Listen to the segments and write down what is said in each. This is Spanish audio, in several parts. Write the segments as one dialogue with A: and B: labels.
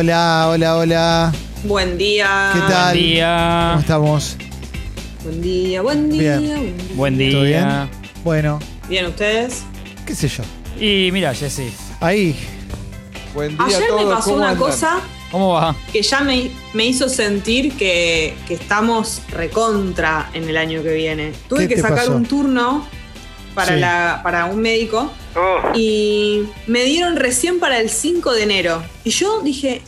A: Hola, hola, hola.
B: Buen día.
A: ¿Qué tal? ¿Cómo
C: Buen día.
A: estamos?
B: Buen día, buen día.
A: Bien.
B: buen día.
C: Buen día.
A: ¿Todo bien? Bueno,
B: Bien, ustedes.
A: qué sé yo.
C: Y mira, Jessy,
A: Ahí,
D: Buen día
B: Ayer
D: a todos.
B: me pasó
D: ¿cómo
B: una
D: andan?
B: cosa
C: ¿cómo va?
B: que ya me, me hizo sentir que, que estamos recontra en el año que viene. Tuve
A: ¿Qué
B: que
A: te
B: sacar
A: pasó?
B: un turno para,
A: Sí.
B: la, para un médico y me dieron recién para el 5 de enero. Y yo dije,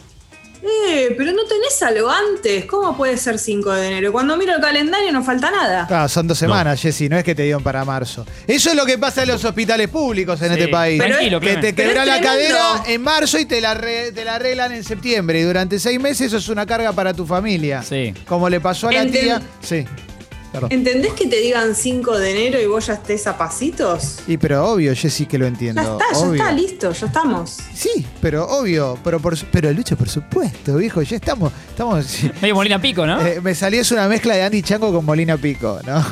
B: eh, pero no tenés algo antes. ¿Cómo puede ser 5 de enero? Cuando miro el calendario no falta nada.
A: Claro, ah, son dos semanas, Jessy, no es que te dieron para marzo. Eso es lo que pasa en los hospitales públicos en
C: Sí.
A: este país.
B: Pero
C: Eh, Tranquilo,
A: que te
C: Clemen.
B: Pero
A: quebra
B: es
A: la
B: tremendo.
A: cadera en marzo y te la, arre- te la arreglan en septiembre. Y durante seis meses eso es una carga para tu familia.
C: Sí.
A: Como le pasó a la
B: Enten-
A: tía. Sí. Perdón.
B: ¿Entendés que te digan 5 de enero y vos ya estés a pasitos?
A: Y pero obvio, Jessy, que lo
B: Ya
A: entiendo.
B: está, ya
A: obvio.
B: está, listo, ya estamos.
A: Sí, pero obvio, pero, por, su- pero Lucho, por supuesto, viejo, ya estamos, estamos
C: Medio Molina Pico, ¿no?
A: Eh, me salió es una mezcla de Andy Chango con Molina Pico, ¿no?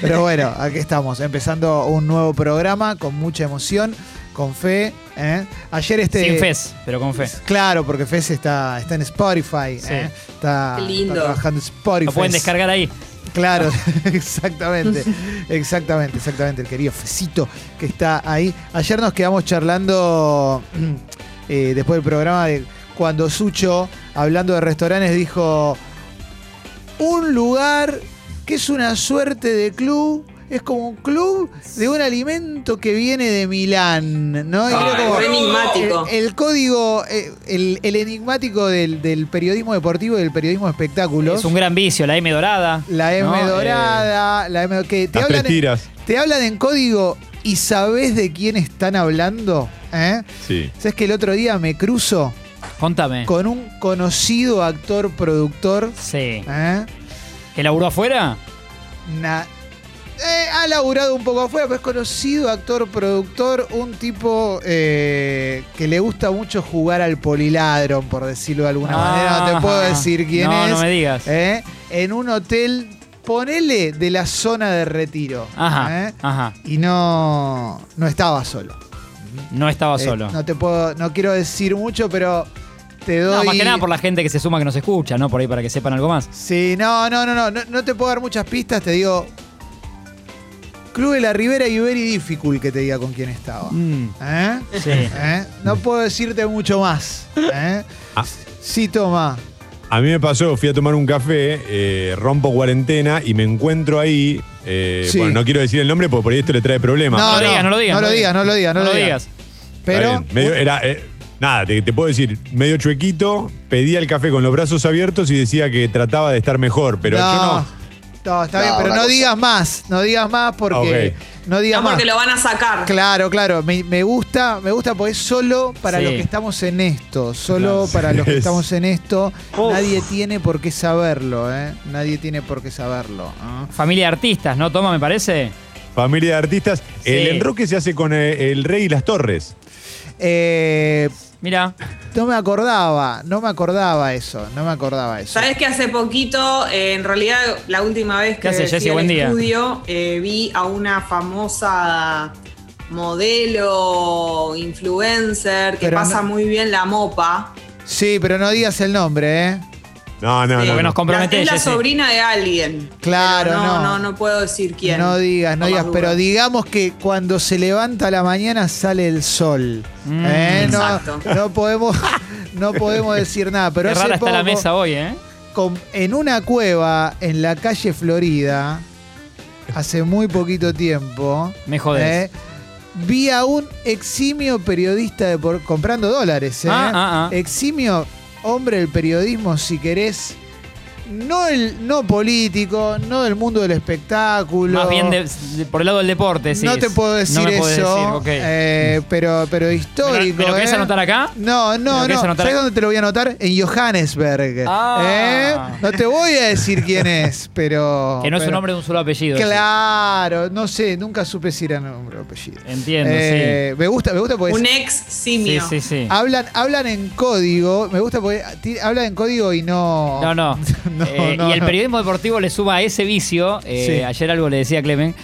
A: Pero bueno, aquí estamos, empezando un nuevo programa con mucha emoción, con fe. ¿eh? Ayer este.
C: Sin fez, pero con fe.
A: Claro, porque Fez está, está en Spotify.
C: Sí.
A: ¿eh? Está,
B: Qué lindo.
A: está trabajando en Spotify.
C: Lo pueden descargar ahí.
A: Claro, exactamente, exactamente, exactamente. El querido Fecito que está ahí. Ayer nos quedamos charlando eh, después del programa de cuando Sucho, hablando de restaurantes, dijo un lugar que es una suerte de club. Es como un club de un alimento que viene de Milán, ¿no? Y
B: Ay,
A: era como-
B: re enigmático.
A: El, el código, eh, el, el enigmático del, del periodismo deportivo y del periodismo espectáculo.
C: Es un gran vicio, la M dorada.
A: La M
C: ¿no? Eh,
A: dorada, la M que te
D: Las tres
A: hablan, en,
D: tiras.
A: te hablan en código y sabes de quién están hablando, ¿eh?
D: Sí.
A: ¿Sabes que el otro día me cruzo
C: contame.
A: con un conocido actor productor,
C: sí.
A: ¿eh?
C: ¿Que laburó afuera?
A: Na- eh, ha laburado un poco afuera, pero es conocido actor productor, un tipo eh, que le gusta mucho jugar al poliladron, por decirlo de alguna manera. No te puedo
C: Ah,
A: decir quién
C: no,
A: es.
C: No me digas.
A: ¿eh? en un hotel, ponele de la zona de retiro.
C: Ajá,
A: ¿eh?
C: ajá.
A: Y no, no estaba solo.
C: No estaba
A: Eh,
C: solo.
A: no te puedo, no quiero decir mucho, pero te doy.
C: No, más que nada por la gente que se suma que nos escucha, ¿no? Por ahí para que sepan algo más.
A: Sí, no, no, no, no, no, no te puedo dar muchas pistas, te digo. Club de la Ribera y very difficult que te diga con quién estaba.
C: Mm,
A: ¿Eh?
C: sí.
A: ¿Eh? No puedo decirte mucho más. ¿eh?
D: Ah.
A: Sí, toma.
D: A mí me pasó, fui a tomar un café, eh, rompo cuarentena y me encuentro ahí. eh,
A: Sí.
D: Bueno, no quiero decir el nombre porque por ahí esto le trae problemas.
C: No,
A: No,
C: lo
A: no,
C: digas, no lo digas.
A: no lo digas, no lo digas, no lo digas.
C: digas.
D: Está
A: Pero.
D: bien. Medio- era, eh, nada, te, te puedo decir, medio chuequito, pedía el café con los brazos abiertos y decía que trataba de estar mejor, pero yo no.
A: No, está bien,
D: No,
A: pero
D: una
A: no
D: cosa.
A: digas más, no digas más porque no digas
B: No porque
A: más.
B: lo van a sacar.
A: Claro, claro, me, me gusta, me gusta porque es solo para
C: Sí.
A: los que estamos en esto, solo
C: Claro.
A: para los que
D: Es.
A: estamos en esto,
C: Uf.
A: nadie tiene por qué saberlo, ¿eh? Nadie tiene por qué saberlo. ¿ah?
C: Familia de artistas, ¿no? Toma, me parece.
D: Familia de artistas.
C: Sí.
D: El enroque se hace con eh, el rey y las torres.
A: Eh,
C: Mira,
A: no me acordaba, no me acordaba eso, no me acordaba eso.
B: Sabés que hace poquito, eh, en realidad la última vez que
C: ¿Qué hace,
B: fui
C: Jessy?
B: al
C: Buen día.
B: estudio eh, vi a una famosa modelo influencer que
A: Pero
B: pasa
A: no-
B: muy bien la mopa.
A: Sí, pero no digas el nombre, ¿eh?
D: No, no,
B: Sí.
D: no.
C: que
D: no.
C: nos compromete,
B: es la
C: Jessy.
B: sobrina de alguien.
A: Claro,
B: Pero no,
A: no.
B: no. No puedo decir quién.
A: No digas, no
B: Por las
A: digas, pero
B: dudas.
A: digamos que cuando se levanta la mañana sale el sol.
C: Mm,
A: ¿eh? no,
B: exacto.
A: no podemos, no podemos decir nada. Pero
C: Qué
A: hace
C: rara está la
A: poco,
C: mesa hoy, ¿eh?
A: con- en una cueva en la calle Florida, hace muy poquito tiempo,
C: Me
A: ¿eh?
C: jodés.
A: vi a un eximio periodista de por- comprando dólares. ¿eh?
C: Ah, ah, ah.
A: Eximio hombre del periodismo, si querés. No, el, no político, no del mundo del espectáculo.
C: Más bien de- de- por el lado del deporte, sí.
A: No te puedo decir
C: No me
A: eso,
C: podés decir, ok.
A: eh, pero, pero
C: ¿Me lo-
A: histórico.
C: ¿Me lo querés
A: eh.
C: anotar acá?
A: No, no,
C: ¿Me lo
A: no.
C: querés
A: ¿Sabes
C: anotar acá?
A: dónde te lo voy a anotar? En Johannesburg.
C: Ah.
A: ¿Eh? No te voy a decir quién es, pero.
C: Que no es un
A: pero-
C: nombre de un solo apellido.
A: Claro, no sé, nunca supe si era nombre o apellido.
C: sí. E. Entiendo,
A: Eh, Ah, Me gusta, me gusta porque
B: Un
A: es-
B: ex
C: sí. Sí,
B: simio.
C: sí, sí.
A: hablan, hablan en código. Me gusta porque ti- hablan en código y no.
C: No, no.
A: No,
C: Eh,
A: no,
C: y el
A: no.
C: periodismo deportivo le suma a ese vicio. eh,
A: Sí.
C: Ayer algo le decía a Clemen.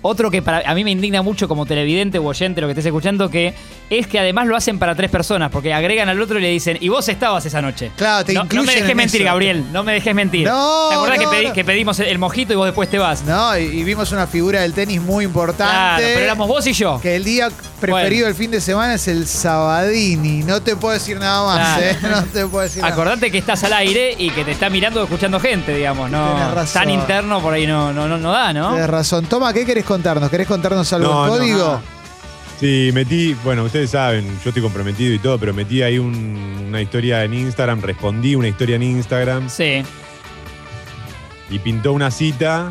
C: Otro que para, a mí me indigna mucho como televidente o oyente, lo que estés escuchando, que es que además lo hacen para tres personas, porque agregan al otro y le dicen, y vos estabas esa noche.
A: Claro, te
C: no, no
A: incluyen
C: me dejes
A: en
C: mentir,
A: eso.
C: Gabriel, no me dejes mentir.
A: No,
C: ¿Te acordás
A: no,
C: que, pedí-
A: no.
C: que pedimos el, el mojito y vos después te vas?
A: No, y, y vimos una figura del tenis muy
C: claro,
A: importante.
C: pero éramos vos y yo.
A: Que el día preferido
C: Bueno.
A: del fin de semana es el Sabadini. No te puedo decir nada más,
C: Claro.
A: ¿eh? No te puedo decir nada más.
C: Acordate que estás al aire y que te está mirando o escuchando gente, digamos, ¿no?
A: Tenés razón.
C: Tan interno por ahí no, no, no, no da, ¿no?
A: Tienes razón. Toma, ¿qué querés contarnos? ¿Querés contarnos algo
D: No,
A: en
D: no,
A: código?
D: no. Sí, metí, bueno, ustedes saben, yo estoy comprometido y todo, pero metí ahí un- una historia en Instagram, respondí una historia en Instagram
C: Sí.
D: y pintó una cita.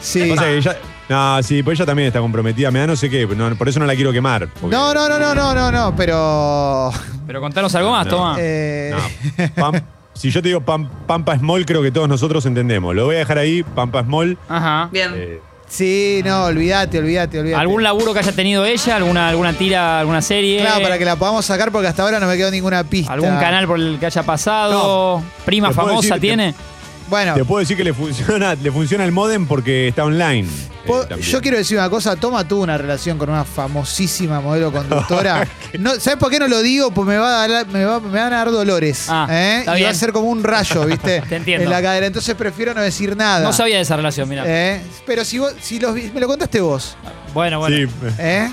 A: Sí.
D: O sea que ella, no, sí, pues ella también está comprometida, me da no sé qué, no, por eso no la quiero quemar. porque-
A: No, no, no, no, no, no, no, pero.
C: Pero contanos algo más,
D: No.
C: toma.
A: eh,
D: Ah. No, Pam- si yo te digo Pam- Pampa Small, creo que todos nosotros entendemos. Lo voy a dejar ahí, Pampa Small.
C: Ajá.
B: Bien.
D: eh,
A: Sí, no, olvídate, olvídate, olvídate.
C: ¿Algún laburo que haya tenido ella? ¿Alguna, alguna tira, alguna serie?
A: Claro, para que la podamos sacar porque hasta ahora no me quedó ninguna pista.
C: ¿Algún canal por el que haya pasado? ¿Prima
D: te puedo
C: famosa
D: decir que-
C: tiene?
A: Bueno,
D: Te puedo decir que le funciona, le funciona el modem porque está online. eh,
A: po-
D: también.
A: yo quiero decir una cosa. Toma tuvo una relación con una famosísima modelo
D: Ah,
A: conductora. no, ¿Sabes por qué no lo digo? Pues me, va a dar- me, va- me van a dar dolores.
C: Ah,
A: ¿eh?
C: está
A: Y va a
C: bien.
A: ser como un rayo, ¿viste?
C: Te entiendo.
A: En la cadera. Entonces prefiero no decir nada.
C: No sabía de esa relación, mira.
A: ¿Eh? Pero si, vos, si los, vi- me lo contaste vos.
C: bueno, bueno.
D: Sí.
A: ¿eh?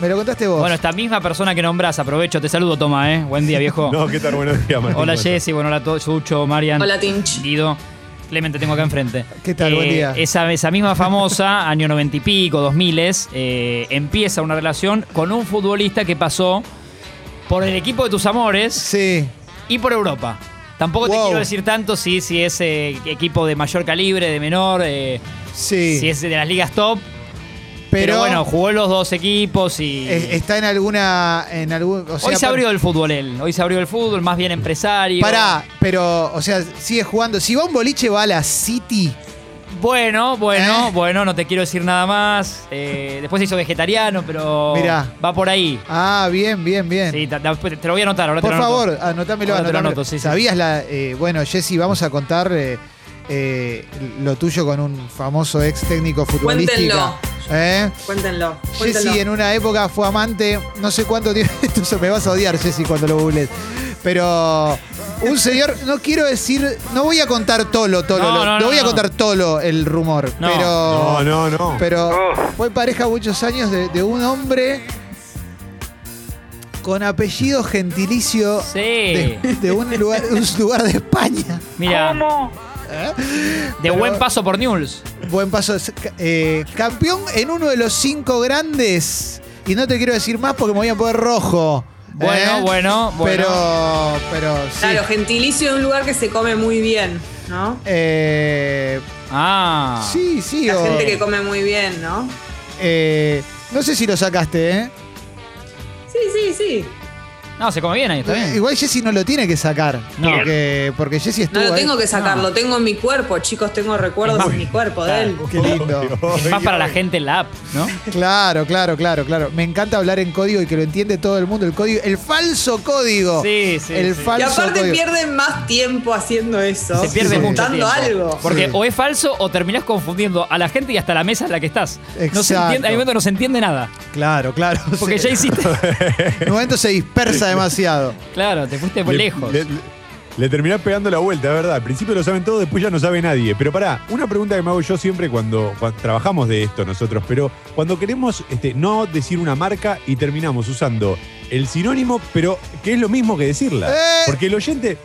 A: Me lo contaste vos.
C: Bueno, esta misma persona que nombrás, aprovecho, te saludo, toma, ¿eh? Buen día, viejo.
D: No, qué tal, buenos días, Martín.
C: Hola
D: ¿Cómo estás?
C: Jessy, bueno, hola a todos, Sucho, Marian.
B: Hola, Tinch.
C: Guido. Clemente tengo acá enfrente. Eh,
A: ¿Qué tal? Buen día.
C: Esa, esa misma famosa, año noventa y pico, dos miles, eh, empieza una relación con un futbolista que pasó por el equipo de tus amores
A: Sí.
C: y por Europa. Tampoco te
A: Wow.
C: quiero decir tanto si, si es eh, equipo de mayor calibre, de menor, eh,
A: Sí,
C: si es de las ligas top.
A: pero,
C: Pero, bueno, jugó en los dos equipos y...
A: es- está en alguna. En algún, o sea,
C: hoy se
A: par-
C: abrió el fútbol él. Hoy se abrió el fútbol, más bien empresario.
A: Pará, pero, o sea, sigue jugando. Si va un boliche, va a la City.
C: Bueno, bueno,
A: ¿Eh?
C: bueno, no te quiero decir nada más. Eh, después se hizo vegetariano, pero
A: Mirá.
C: va por ahí.
A: Ah, bien, bien, bien.
C: Sí, ta- ta- te, te lo voy a anotar, ahora te
A: Por
C: lo anoto.
A: favor, anotámelo,
C: Ahora te
A: anotámelo.
C: lo anoto, sí, sí.
A: ¿Sabías la. eh, bueno, Jesse, vamos a contar eh, eh, lo tuyo con un famoso ex técnico futbolístico.
B: Cuéntenlo.
A: ¿Eh?
B: Cuéntenlo. Cuéntenlo.
A: Jesse en una época fue amante, no sé cuánto tiempo. Entonces me vas a odiar, Jesse, cuando lo googlees. Pero un señor, no quiero decir, no voy a contar Tolo, Tolo.
C: No,
A: lo,
C: no,
A: no
C: no,
A: voy a
C: no.
A: contar Tolo el rumor.
C: No.
A: Pero.
D: No, no, no.
A: Pero fue pareja muchos años de, de un hombre con apellido gentilicio
C: Sí.
A: de,
C: Eh.
A: de un, lugar, un lugar de España.
C: Mira, de
A: ¿Eh? Pero-
C: buen paso por News.
A: Buen paso. Es ca- eh, campeón en uno de los cinco grandes. Y no te quiero decir más porque me voy a poner rojo.
C: Bueno,
A: ¿eh?
C: bueno, bueno.
A: Pero, pero sí.
B: Claro, gentilicio de un lugar que se come muy bien, ¿no?
A: Eh,
C: Ah.
A: sí, sí.
B: La
A: o-
B: gente que come muy bien, ¿no?
A: eh, no sé si lo sacaste, ¿eh?
B: Sí, sí, sí.
C: No, se come bien ahí, está bien.
A: Igual Jesse no lo tiene que sacar.
C: No.
A: Porque, porque Jesse estuvo.
B: No lo
A: ahí.
B: tengo que
A: Ah.
B: sacar, lo tengo en mi cuerpo, chicos. Tengo recuerdos en mi cuerpo de él.
A: Ah, Qué lindo.
C: Es más para la gente en la app, ¿no?
A: Claro, claro, claro, claro. Me encanta hablar en código y que lo entiende todo el mundo. El código, el falso código.
C: Sí, sí,
A: El
C: sí.
B: Y
A: falso
B: aparte
A: código.
B: pierden más tiempo haciendo eso.
C: Se pierde
A: Sí.
C: mucho
B: Dando
C: tiempo.
B: algo.
C: Porque
A: Sí.
C: o es falso o terminás confundiendo a la gente y hasta la mesa en la que estás. No se
A: Exacto.
C: entiende, hay momentos que no se entiende nada.
A: Claro, claro.
C: Porque
A: sí.
C: ya hiciste.
A: En un momento se dispersa demasiado.
C: claro, te fuiste por
D: Le-
C: lejos.
D: Le, le- le terminás pegando la vuelta, es verdad. Al principio lo saben todos, después ya no sabe nadie. Pero pará, una pregunta que me hago yo siempre cuando, cuando trabajamos de esto nosotros, pero cuando queremos este, no decir una marca y terminamos usando el sinónimo, pero que es lo mismo que decirla.
A: ¡Eh!
D: Porque el oyente.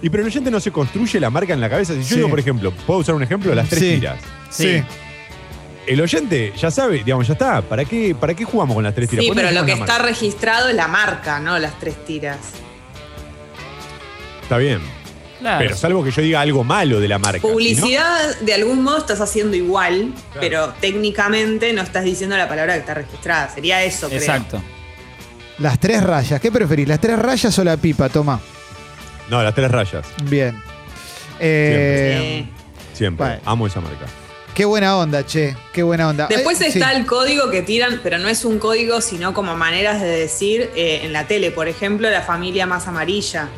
D: Y pero el oyente no se construye la marca en la cabeza. Si yo
A: Sí.
D: digo, por ejemplo, puedo usar un ejemplo, las tres
A: Sí.
D: tiras.
C: Sí.
D: El oyente ya sabe, digamos, ya está. ¿Para qué, para qué jugamos con las tres tiras?
B: Sí,
D: ¿Por qué
B: pero lo
D: hacemos
B: que
D: la marca?
B: está registrado es la marca, ¿no? Las tres tiras.
D: Está bien.
C: Claro.
D: Pero salvo que yo diga algo malo de la marca. si no-
B: Publicidad, de algún modo, estás haciendo igual,
D: Claro.
B: pero técnicamente no estás diciendo la palabra que está registrada. Sería eso, creo.
C: Exacto.
A: Eh, Las tres rayas. ¿Qué preferís? ¿Las tres rayas o la pipa? Toma.
D: No, las tres rayas.
A: Bien. Eh,
B: Sí.
D: Siempre.
A: Bueno.
D: Amo esa marca.
A: Qué buena onda, che. Qué buena onda.
B: Después
A: Eh,
B: está
A: sí.
B: el código que tiran, pero no es un código, sino como maneras de decir eh, en la tele, por ejemplo, la familia más amarilla.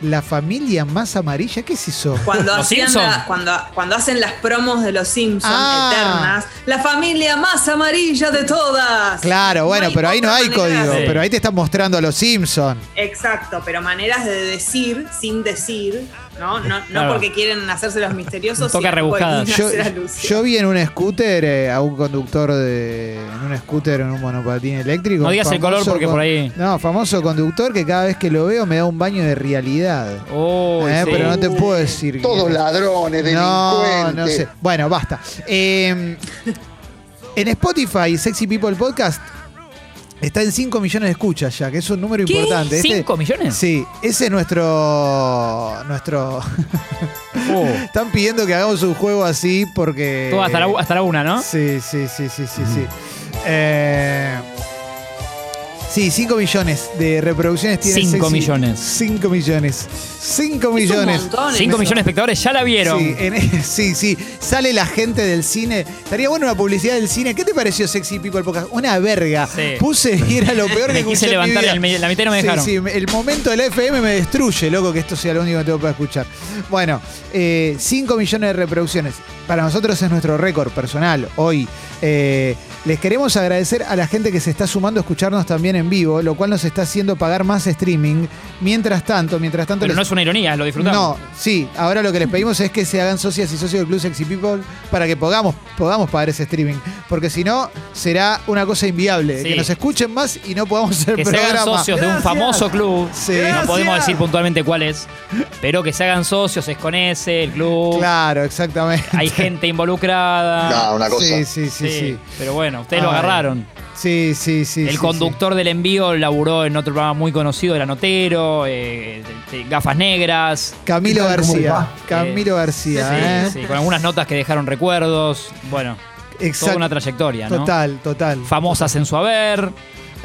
A: la familia más amarilla. ¿Qué es eso?
B: Cuando,
C: Los
B: hacían
C: Simpson.
B: la- cuando, cuando hacen las promos de los Simpsons
A: Ah.
B: eternas, la familia más amarilla de todas.
A: Claro, bueno,
B: hay
A: pero ahí no
B: otra
A: hay
B: manera
A: código.
B: de-
C: Sí.
A: Pero ahí te están mostrando a los Simpson.
B: Exacto, pero maneras de decir sin decir, ¿no? No, no
C: Claro.
B: porque quieren hacerse los misteriosos.
C: Toca
B: sino
C: rebuscadas.
B: porque
A: Ah, Yo,
B: quieren hacer alusión.
A: yo vi en un scooter eh, a un conductor de. en un scooter, en un monopatín eléctrico.
C: No digas el
A: famoso
C: color porque por ahí-
A: No, famoso conductor que cada vez que lo veo me da un baño de realidad.
C: Oh,
A: Eh,
C: sí.
A: Pero no te puedo decir.
E: Todos
A: quién es.
E: ladrones, delincuentes.
A: No, no sé. Bueno, basta. Eh, en Spotify, Sexy People Podcast está en 5 millones de escuchas ya, que es un número
C: ¿Qué?
A: importante. Este-
C: ¿Cinco millones?
A: Sí, ese es nuestro. Nuestro.
C: Oh.
A: Están pidiendo que hagamos un juego así porque.
C: Todo hasta la, u- hasta la una, ¿no?
A: Sí, sí, sí, sí, sí, sí. Eh, sí, 5 millones de reproducciones tiene.
C: Cinco millones.
A: 5 millones. 5
B: Es un
A: millones.
B: montón,
C: Cinco
B: eso.
C: millones de espectadores ya la vieron.
A: Sí, en- e- sí, sí. Sale la gente del cine. Estaría bueno una publicidad del cine. ¿Qué te pareció Sexy People Podcast? Una verga.
C: Sí.
A: Puse y era lo peor que
C: Me
A: escuché
C: quise
A: en mi
C: levantar
A: vida.
C: en el medio- la mitad y no me
A: Sí,
C: dejaron.
A: sí, el momento de la FM me destruye, loco, que esto sea lo único que tengo para escuchar. Bueno, 5 millones de reproducciones. Para nosotros es nuestro récord personal hoy. Eh, les queremos agradecer a la gente que se está sumando a escucharnos también en vivo, lo cual nos está haciendo pagar más streaming. Mientras tanto, mientras tanto...
C: Pero
A: les-
C: no es una ironía, lo disfrutamos.
A: no, sí, ahora lo que les pedimos es que se hagan socias y socios del Club Sexy People para que podamos, podamos pagar ese streaming. Porque si no, será una cosa inviable.
C: Sí.
A: Que nos escuchen más y no podamos hacer
C: Que se
A: programa.
C: hagan socios de un famoso club.
A: Sí.
C: No
A: Gracias.
C: podemos decir puntualmente cuál es. Pero que se hagan socios, es con ese, el club.
A: Claro, exactamente.
C: Hay gente involucrada.
E: No, una cosa.
A: Sí, sí, sí,
C: Sí,
A: sí. Sí,
C: Pero bueno, ustedes lo
A: Ay.
C: agarraron.
A: sí, sí. sí,
C: el
A: sí.
C: conductor del envío laburó en otro programa muy conocido, era notero, eh, de- de gafas negras.
A: Camilo García.
C: va?
A: Camilo
C: Sí,
A: García, ¿eh?
C: sí, con algunas notas que dejaron recuerdos. Bueno, toda
A: Exacto.
C: una trayectoria, ¿no?
A: Total, total.
C: Famosas en su haber.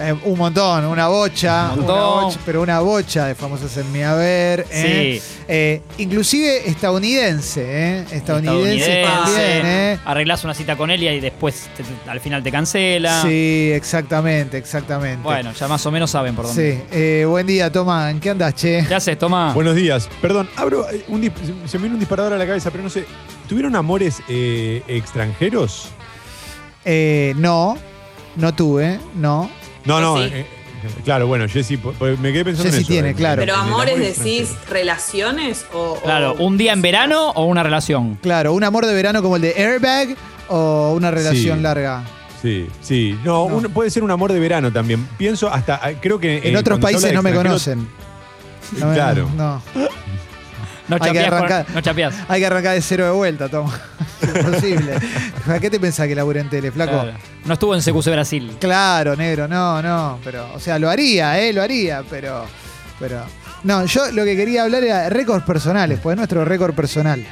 A: Eh, un montón, una bocha,
C: Un
A: una
C: montón.
A: bocha, pero una bocha de famosas en mi haber. ¿eh?
C: Sí.
A: Eh, inclusive estadounidense, ¿eh? estadounidense, también.
C: estadounidense. Ah,
A: ¿eh?
C: Arreglás una cita con él y después te- te- al final te cancela.
A: Sí, exactamente, exactamente.
C: Bueno, ya más o menos saben por dónde.
A: Sí, eh, buen día, Tomás. ¿En qué andas, che?
C: ¿Qué haces,
A: Ah.
C: Toma?
D: Buenos días. Perdón, abro. eh, un dis- se- se me vino un disparador a la cabeza, pero no sé. ¿Tuvieron amores eh, extranjeros?
A: Eh, no, no tuve, no.
D: No, no.
B: Jessy.
D: eh, claro, bueno, Jessy, po- po- me quedé pensando
A: Jessy
D: en eso.
A: tiene,
D: en-
A: claro.
D: en
B: Pero
D: el amor
B: amores
D: extranjero.
B: decís relaciones o. o-
C: claro, ¿un día en verano o una relación?
A: Claro, un amor de verano como el de Airbag o una relación
D: Sí.
A: larga.
D: Sí, sí. No,
A: No.
D: un- puede ser un amor de verano también. Pienso hasta, ah, creo que...
A: En
D: eh,
A: otros
D: cuando
A: países
D: se habla de
A: no me
D: extranjeros-
A: conocen. No me-
D: Claro.
A: No.
C: No
A: Hay que
C: chapeás. con-
A: arrancar.
C: no chapeás.
A: Hay que arrancar de cero de vuelta, Tom. Imposible. ¿A qué te pensás que labure en tele, flaco?
C: Claro.
A: Claro.
C: No estuvo en CQC Brasil.
A: negro, no, no. Pero, o sea, lo haría, ¿eh? Lo haría, pero. Pero. No, yo lo que quería hablar era récords personales, pues nuestro récord personal.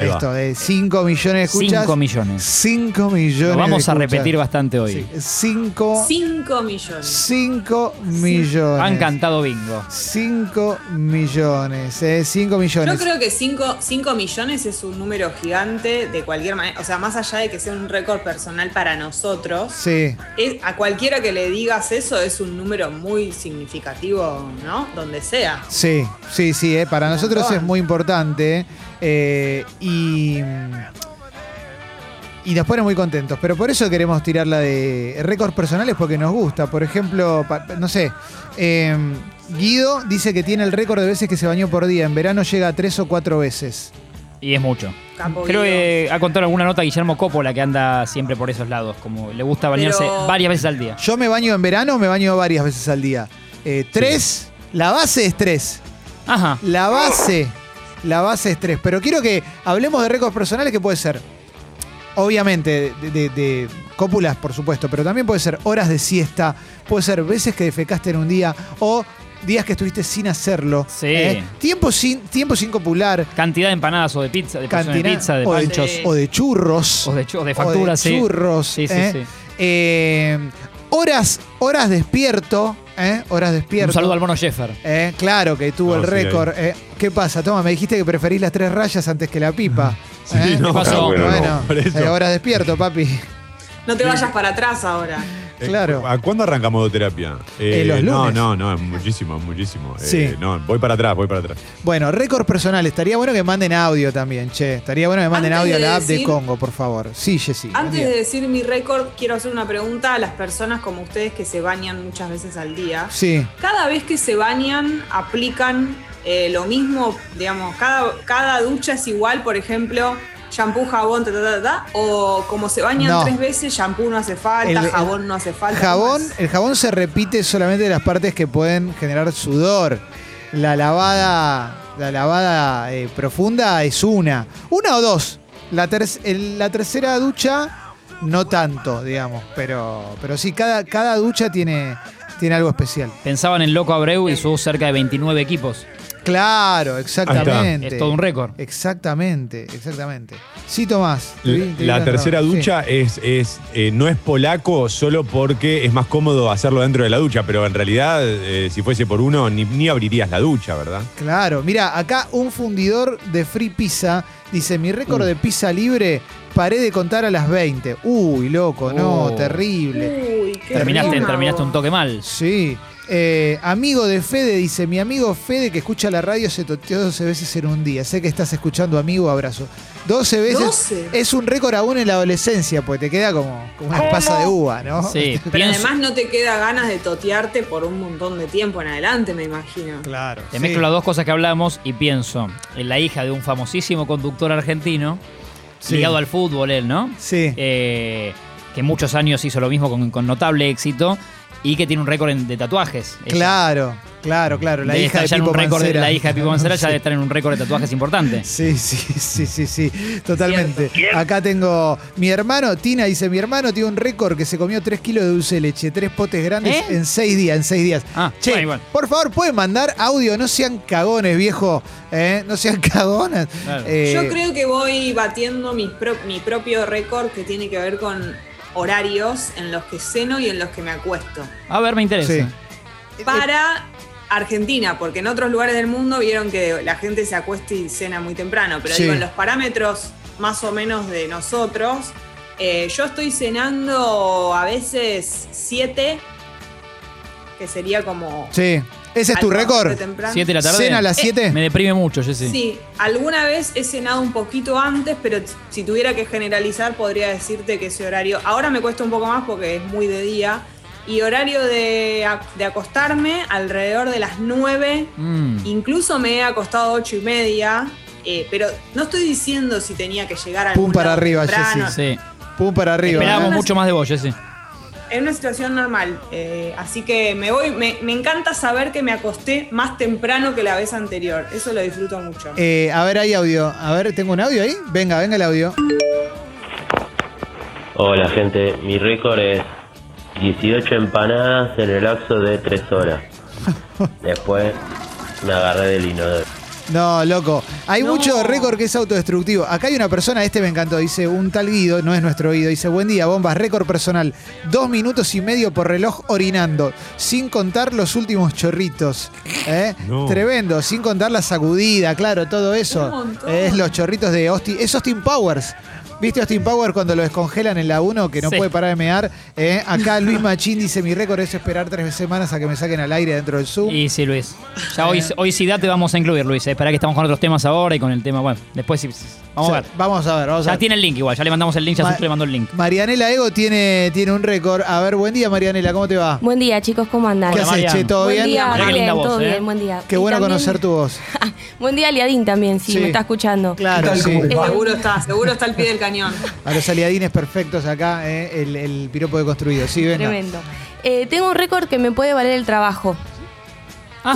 D: Ahí va.
A: Esto de 5 millones de escuchas.
C: 5 millones.
A: 5 millones.
C: Lo vamos
A: de
C: a repetir
A: escuchas.
C: bastante hoy.
A: Sí, 5
B: Cinco millones.
A: 5 millones.
C: Han cantado bingo.
A: 5 millones, eh, 5 millones.
B: Yo creo que 5 millones es un número gigante de cualquier manera. O sea, más allá de que sea un récord personal para nosotros,
A: Sí.
B: es- a cualquiera que le digas eso es un número muy significativo, ¿no? Donde sea.
A: Sí, sí, sí, eh, para
B: Un
A: nosotros
B: montón.
A: es muy importante eh, y, y nos pone muy contentos, pero por eso queremos tirar la de récords personales porque nos gusta. Por ejemplo, pa- no sé, eh, Guido dice que tiene el récord de veces que se bañó por día, en verano llega a tres o cuatro veces.
C: Y es mucho.
B: Capo
C: Creo
B: Guido.
C: que ha contado alguna nota Guillermo Coppola que anda siempre por esos lados, como le gusta bañarse
B: Pero-
C: varias veces al día.
A: Yo me baño en verano, me baño varias veces al día. Eh, tres, la base es tres.
C: Ajá.
A: La base, la base es tres. Pero quiero que hablemos de récords personales que puede ser, obviamente, de, de- de cópulas, por supuesto, pero también puede ser horas de siesta, puede ser veces que defecaste en un día o días que estuviste sin hacerlo. ¿eh?
C: Sí.
A: Tiempo, sin, tiempo sin copular,
C: Cantidad de empanadas o de pizza, de porción de
A: cantina-
C: pizza, de
A: o, de,
C: panchos.
A: o de churros.
C: O de, chu- o de facturas,
A: o de
C: sí.
A: churros.
C: Sí, sí,
A: ¿eh?
C: sí.
A: Eh, horas, horas despierto, ¿eh? horas despierto.
C: Un saludo al mono Sheffer.
A: Eh, claro que tuvo
D: No,
A: el
D: sí,
A: récord. eh. ¿Qué pasa? Toma, me dijiste que preferís las tres rayas antes que la pipa. ¿eh?
D: no, ah,
C: ¿Qué pasó?
D: bueno,
A: Bueno,
D: no, por eso.
A: eh, ahora despierto, papi.
B: No te vayas para atrás ahora.
D: Eh,
A: Claro.
D: ¿A cuándo arranca modoterapia?
A: Eh, los lunes.
D: No, no, no, es muchísimo, es muchísimo. Eh,
A: Sí.
D: no, voy para atrás, voy para atrás.
A: Bueno, récords personales. Estaría bueno que manden audio también, che. Estaría bueno que manden
B: Antes
A: audio a
B: de
A: la app de
B: decir-
A: Congo, por favor. Sí, Jessy. buen
B: Antes
A: día.
B: de decir mi récord, quiero hacer una pregunta a las personas como ustedes que se bañan muchas veces al día.
A: Sí.
B: Cada vez que se bañan, aplican eh, lo mismo, digamos, cada, cada ducha es igual, por ejemplo, shampoo, jabón, ta, ta, ta, ta, o como se bañan
A: No.
B: tres veces, shampoo no hace falta,
A: El- el-
B: jabón no hace falta.
A: Jabón,
B: ¿cómo es?
A: el jabón se repite solamente de las partes que pueden generar sudor. La lavada, la lavada eh, profunda es una. Una o dos. La, ter- el- la tercera ducha, no tanto, digamos. Pero, pero sí, cada, cada ducha tiene, tiene algo especial.
C: Pensaban en Loco Abreu y sus cerca de 29 equipos.
A: Claro, exactamente.
C: Es todo un récord.
A: Exactamente, exactamente. Sí, Tomás. te vi- te vi
D: La
A: con
D: tercera
A: error.
D: ducha es, es eh, no es polaco solo porque es más cómodo hacerlo dentro de la ducha, pero en realidad, eh, si fuese por uno, ni, ni abrirías la ducha, ¿verdad?
A: Sí, claro, mira, acá un fundidor de Free Pizza dice, mi
C: Mm.
A: récord de pizza libre, paré de contar a las 20. Uy, loco, no,
C: Oh.
A: terrible.
B: Uy, qué
C: Terminaste,
B: estómago.
C: terminaste un toque mal.
A: Sí. Eh, amigo de Fede dice, mi amigo Fede que escucha la radio se toteó 12 veces en un día. Sé que estás escuchando, amigo, abrazo. 12 veces
B: 12.
A: es un récord aún en la adolescencia, porque te queda como, como una pasa de uva, ¿no?
C: Sí,
B: Pero
C: pienso-
B: además no te queda ganas de totearte por un montón de tiempo en adelante, me imagino.
A: Claro.
C: Te mezclo las dos cosas que hablamos y pienso en la hija de un famosísimo conductor argentino,
A: Sí.
C: ligado al fútbol él, ¿no?
A: Sí.
C: Eh, que muchos años hizo lo mismo con, con notable éxito y que tiene un récord en- de tatuajes. ella.
A: Claro, claro, claro. La
C: Debe
A: hija
C: estar
A: de
C: ya en
A: Pipo
C: un récord-
A: Mancera.
C: La hija de Pipo Mancera ya
A: Sí.
C: debe estar en un récord de tatuajes importante.
A: Sí, sí, sí, sí, sí, totalmente. Acá tengo mi hermano, Tina dice, mi hermano tiene un récord que se comió 3 kilos de dulce de leche, tres potes grandes
C: ¿Eh?
A: en 6 días, en 6 días.
C: Ah,
A: che,
C: bueno, igual.
A: por favor, pueden mandar audio, no sean cagones, viejo, ¿eh? no sean cagones.
C: Claro.
A: Eh,
B: Yo creo que voy batiendo mi, pro- mi propio récord que tiene que ver con horarios en los que ceno y en los que me acuesto.
C: A ver, me interesa.
A: Sí.
B: Para Argentina, porque en otros lugares del mundo vieron que la gente se acuesta y cena muy temprano, pero
A: Sí.
B: digo, en los parámetros más o menos de nosotros, eh, yo estoy cenando a veces 7, que sería como...
A: Sí, ese Este es tu
B: algo
A: récord.
B: de temprano.
C: ¿Siete de la tarde? Eh,
A: ¿Cena a las siete?
C: Me deprime mucho, Jessy.
B: Sí, alguna vez he cenado un poquito antes, pero t- si tuviera que generalizar podría decirte que ese horario, ahora me cuesta un poco más porque es muy de día, y horario de, a- de acostarme alrededor de las 9,
C: Mm.
B: incluso me he acostado ocho y media, eh, pero no estoy diciendo si tenía que llegar a...
A: Pum
B: algún
A: para
B: lado
A: arriba,
B: temprano.
A: Jessy.
C: Sí.
A: Pum para arriba.
C: Esperábamos
A: ¿eh?
C: mucho más de vos, Jessy.
B: En una situación normal, eh, así que me voy, me, me encanta saber que me acosté más temprano que la vez anterior, eso lo disfruto mucho.
A: Eh, a ver, hay audio. A ver, ¿tengo un audio ahí? Venga, venga el audio.
E: Hola gente, mi récord es 18 empanadas en el lapso de 3 horas. Después me agarré del inodoro.
A: No, loco. Hay
B: No.
A: mucho récord que es autodestructivo. Acá hay una persona, este me encantó, dice un tal Guido, no es nuestro Guido, dice, buen día, bombas, récord personal. Dos minutos y medio por reloj orinando, sin contar los últimos chorritos. ¿Eh?
D: No.
A: Tremendo, sin contar la sacudida, claro, todo eso.
B: Un montón.
A: es los chorritos de Austin, es Austin Powers. ¿Viste Austin Powers cuando lo descongelan en la 1 que no
C: Sí.
A: puede parar de mear? ¿Eh? Acá Luis Machín dice, mi récord es esperar tres semanas a que me saquen al aire dentro del Zoom.
C: Y sí, Luis. Ya hoy, hoy sí da te vamos a incluir, Luis. Espera que estamos con otros temas ahora y con el tema. Bueno, después sí. sí. Vamos
A: O sea,
C: a ver.
A: Vamos a ver, vamos a
C: Ya
A: ver.
C: tiene el link igual, ya le mandamos el link, ya
A: Ma-
C: Suso le mandó el link.
A: Marianela Ego tiene, tiene un récord. A ver, buen día, Marianela, ¿cómo te va?
F: Buen día, chicos, ¿cómo andan?
A: ¿Qué
C: Hola,
A: haces,
C: Marian.
A: che? ¿Todo
F: buen
A: bien?
F: Día,
C: Mira qué
F: bien,
C: linda voz,
F: todo
C: eh.
F: bien, buen día.
A: Qué
F: Y
A: bueno
F: también-
A: conocer tu voz.
F: Buen día, Aliadín también, si
A: Sí.
F: me está escuchando.
A: Claro, sí.
B: Eh, Seguro está, seguro está al pie del cañón.
A: A los aliadines perfectos acá, eh, el, el piropo de construido. Sí, venga.
F: Tremendo. Eh, tengo un récord que me puede valer el trabajo.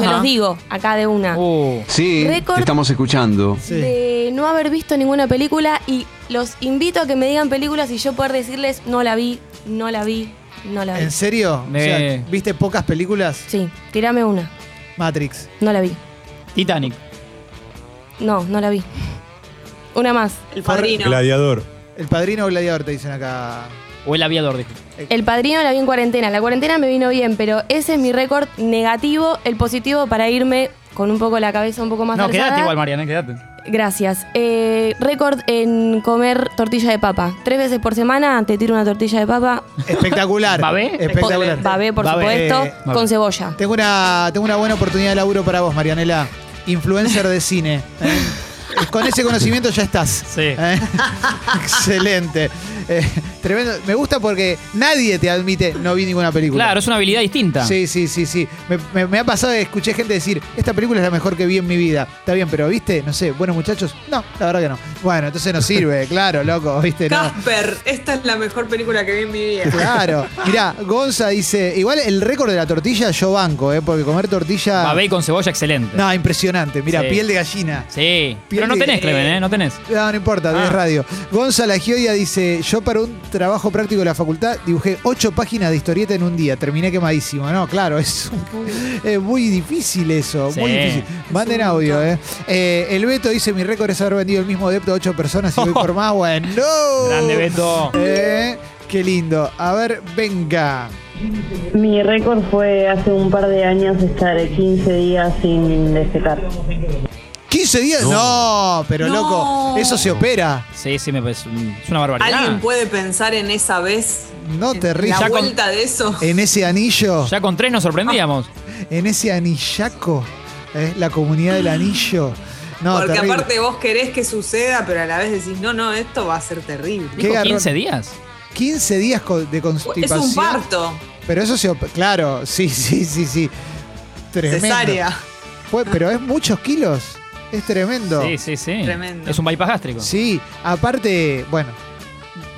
F: Se los digo, acá de una.
C: Uh,
G: Sí, te
F: Récord.
G: estamos escuchando.
A: Sí.
F: De no haber visto ninguna película y los invito a que me digan películas y yo poder decirles no la vi, no la vi, no la vi.
A: ¿En serio? O sea,
C: Eh.
A: ¿Viste pocas películas?
F: Sí, tirame una.
A: Matrix.
F: No la vi.
C: Titanic.
F: No, no la vi. Una más.
B: El padrino.
D: Gladiador.
A: El padrino o gladiador te dicen acá.
C: O el aviador, dijo.
F: El padrino la vi en cuarentena. La cuarentena me vino bien, pero ese es mi récord negativo. El positivo para irme con un poco la cabeza un poco más
C: No,
F: alzada.
C: quédate igual, Mariana, quédate.
F: Gracias. Eh, récord en comer tortilla de papa. Tres veces por semana te tiro una tortilla de papa.
A: Espectacular.
C: ¿Babé?
A: Espectacular.
F: Babé, por supuesto,
A: Eh,
C: Babé.
F: con cebolla.
A: Tengo una, tengo una buena oportunidad de laburo para vos, Marianela. Influencer de cine. ¿eh? Con ese conocimiento ya estás.
C: Sí.
A: ¿eh? Excelente. Eh, tremendo. Me gusta porque nadie te admite, no vi ninguna película.
C: Claro, es una habilidad distinta.
A: Sí, sí, sí, sí. Me, me- me ha pasado que escuché gente decir, esta película es la mejor que vi en mi vida. Está bien, pero viste, no sé, buenos muchachos. No, la verdad que no. Bueno, entonces no sirve, claro, loco, viste, no.
B: Casper, esta es la mejor película que vi en mi vida.
A: Claro. Mirá, Gonza dice, igual el récord de la tortilla yo banco, ¿eh? Porque comer tortilla...
C: Babé con cebolla, excelente.
A: No, impresionante. Mira,
C: Sí.
A: piel de gallina.
C: Sí.
A: Piel
C: Pero no
A: de-
C: tenés, Clemen, ¿eh? No tenés.
A: No, no importa,
C: Ah.
A: es radio. Gonza La Gioia dice, yo para un trabajo práctico de la facultad dibujé ocho páginas de historieta en un día, terminé quemadísimo. No, claro, es, un- es muy difícil eso,
C: Sí.
A: muy difícil. Manden audio, eh. Eh, El Beto dice, mi récord es haber vendido el mismo depto a ocho personas y voy por más. Bueno, no.
C: Grande Beto.
A: Eh, qué lindo. A ver, venga.
G: Mi récord fue hace un par de años estar 15 días sin defecar.
A: 15 días. No, pero
B: No.
A: loco, eso se opera.
C: Sí, sí, me parece. un- Es una barbaridad.
B: ¿Alguien puede pensar en esa vez?
A: No te rías.
B: La
C: Ya con-
B: vuelta de eso.
A: En ese anillo.
C: Ya con tres nos sorprendíamos.
A: en ese anillaco, ¿eh? la comunidad del anillo. No,
B: Porque
A: terrible.
B: aparte vos querés que suceda, pero a la vez decís, no, no, esto va a ser terrible.
A: Qué
C: Dijo
A: garrón.
C: 15 días.
A: 15 días co- de
B: Es
A: constipación.
B: un parto,
A: Pero eso se. op- Claro, sí, sí, sí, sí. Tremendo.
B: cesárea.
A: Fue- pero es muchos kilos. Es tremendo.
C: Sí, sí, sí.
B: Tremendo.
C: Es un bypass gástrico.
A: Sí, aparte, bueno.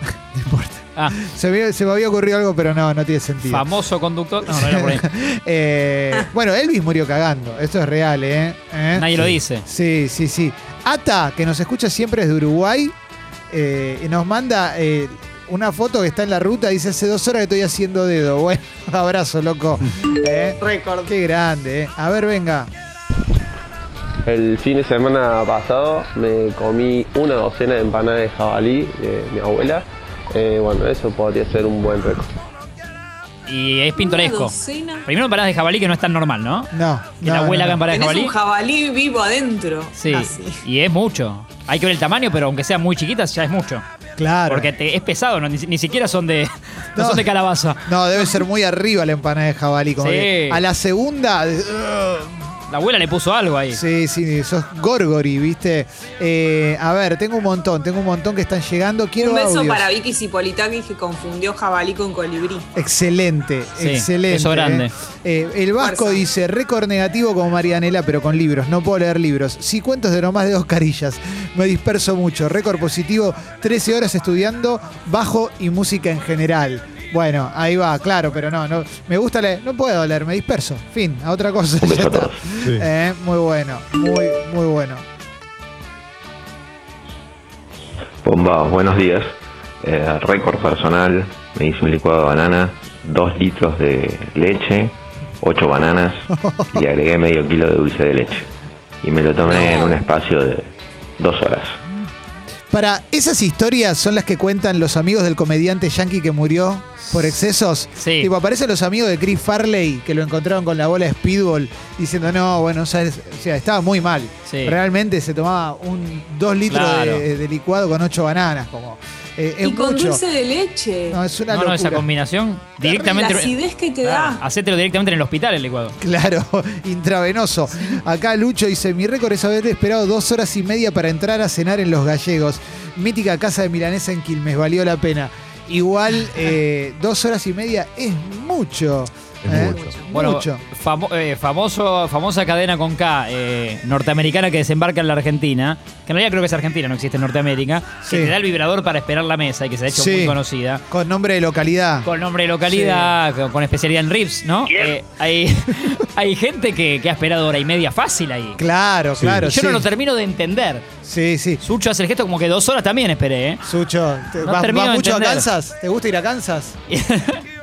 A: No importa.
C: Ah,
A: Se me, se me había ocurrido algo, pero no, no tiene sentido.
C: famoso conductor. No, no era por ahí.
A: Eh, bueno, Elvis murió cagando. Esto es real, ¿eh? ¿Eh?
C: Nadie lo dice.
A: Sí, sí, sí. Ata, que nos escucha siempre desde Uruguay, eh, y nos manda eh, una foto que está en la ruta. Dice: Hace dos horas que estoy haciendo dedo. Bueno, abrazo, loco. Eh,
B: Récord.
A: Qué grande, eh. A ver, venga.
H: El fin de semana pasado me comí una docena de empanadas de jabalí de mi abuela. Eh, bueno, eso podría ser un buen récord.
C: Y es
B: Una
C: pintoresco.
B: docena.
C: Primero empanadas de jabalí que no es tan normal, ¿no?
A: No.
C: Que
A: no,
C: la
A: no,
C: abuela haga
A: no.
C: empanadas de
B: Tenés
C: jabalí.
B: un jabalí vivo adentro.
C: Sí.
B: Casi.
C: Y es mucho. Hay que ver el tamaño, pero aunque sean muy chiquitas, ya es mucho.
A: Claro.
C: Porque te- es pesado, no, ni, ni siquiera son de. No,
A: No.
C: son de calabaza.
A: No, debe ser muy arriba la empanada de jabalí. como
C: Sí.
A: que a la segunda.
C: La abuela le puso algo ahí.
A: Sí, sí, sos Gorgori, ¿viste? Eh, a ver, tengo un montón, tengo un montón que están llegando. Quiero
B: Un beso
A: audios.
B: para Vicky Cipolitaki que confundió jabalí con colibrí.
A: Excelente,
C: Sí,
A: excelente.
C: eso grande.
A: ¿eh? Eh, el Vasco
B: Fuerza.
A: dice, récord negativo como Marianela, pero con libros. No puedo leer libros. Sí, cuentos de nomás de dos carillas. Me disperso mucho. Récord positivo, 13 horas estudiando bajo y música en general. Bueno, ahí va, claro, pero no, no me gusta leer, no puedo leer, me disperso. Fin, a otra cosa. ya está.
D: Sí.
A: Eh, muy bueno, muy, muy bueno.
E: Bombados, buenos días. Eh, récord personal, me hice un licuado de banana, 2 litros de leche, 8 bananas y agregué medio kilo de dulce de leche. Y me lo tomé en un espacio de 2 horas.
A: Para esas historias son las que cuentan los amigos del comediante yankee que murió por excesos.
C: Sí.
A: Tipo, aparecen los amigos de Chris Farley que lo encontraron con la bola de speedball diciendo, no, bueno, ¿sabes? o sea, estaba muy mal.
C: Sí.
A: Realmente se tomaba un dos litros
C: Claro.
A: de, de licuado con ocho bananas. como eh, es
B: Y con
A: mucho.
B: dulce de leche.
A: No, es una
C: no, no, esa
A: locura.
C: combinación.
B: la
C: Directamente.
B: acidez que te
C: Claro,
B: da.
C: hacételo directamente en el hospital el licuado.
A: Claro, intravenoso. Acá Lucho dice, mi récord es haber esperado dos horas y media para entrar a cenar en Los Gallegos. Mítica casa de Milanesa en Quilmes, valió la pena. Igual, eh, dos horas y media es mucho.
D: Es
A: ¿eh?
D: mucho.
C: Bueno,
A: Mucho.
C: famo- eh, famoso, famosa cadena con K, eh, norteamericana que desembarca en la Argentina, que en realidad creo que es Argentina, no existe en Norteamérica,
A: Sí.
C: que te da el vibrador para esperar la mesa y que se ha hecho
A: Sí.
C: muy conocida.
A: Con nombre de localidad.
C: Con nombre de localidad, con, con especialidad en rips, ¿no? Eh, hay, hay gente que, que ha esperado hora y media fácil ahí.
A: Claro,
D: Sí.
A: claro.
C: Y yo
A: sí.
C: no lo termino de entender.
A: Sí, sí.
C: Sucho hace el gesto como que dos horas también esperé, ¿eh?
A: Sucho, ¿te-
C: No
A: ¿vas,
C: termino
A: vas
C: de
A: mucho a
C: entender.
A: Kansas? ¿Te gusta ir a Kansas?
C: ¿eh?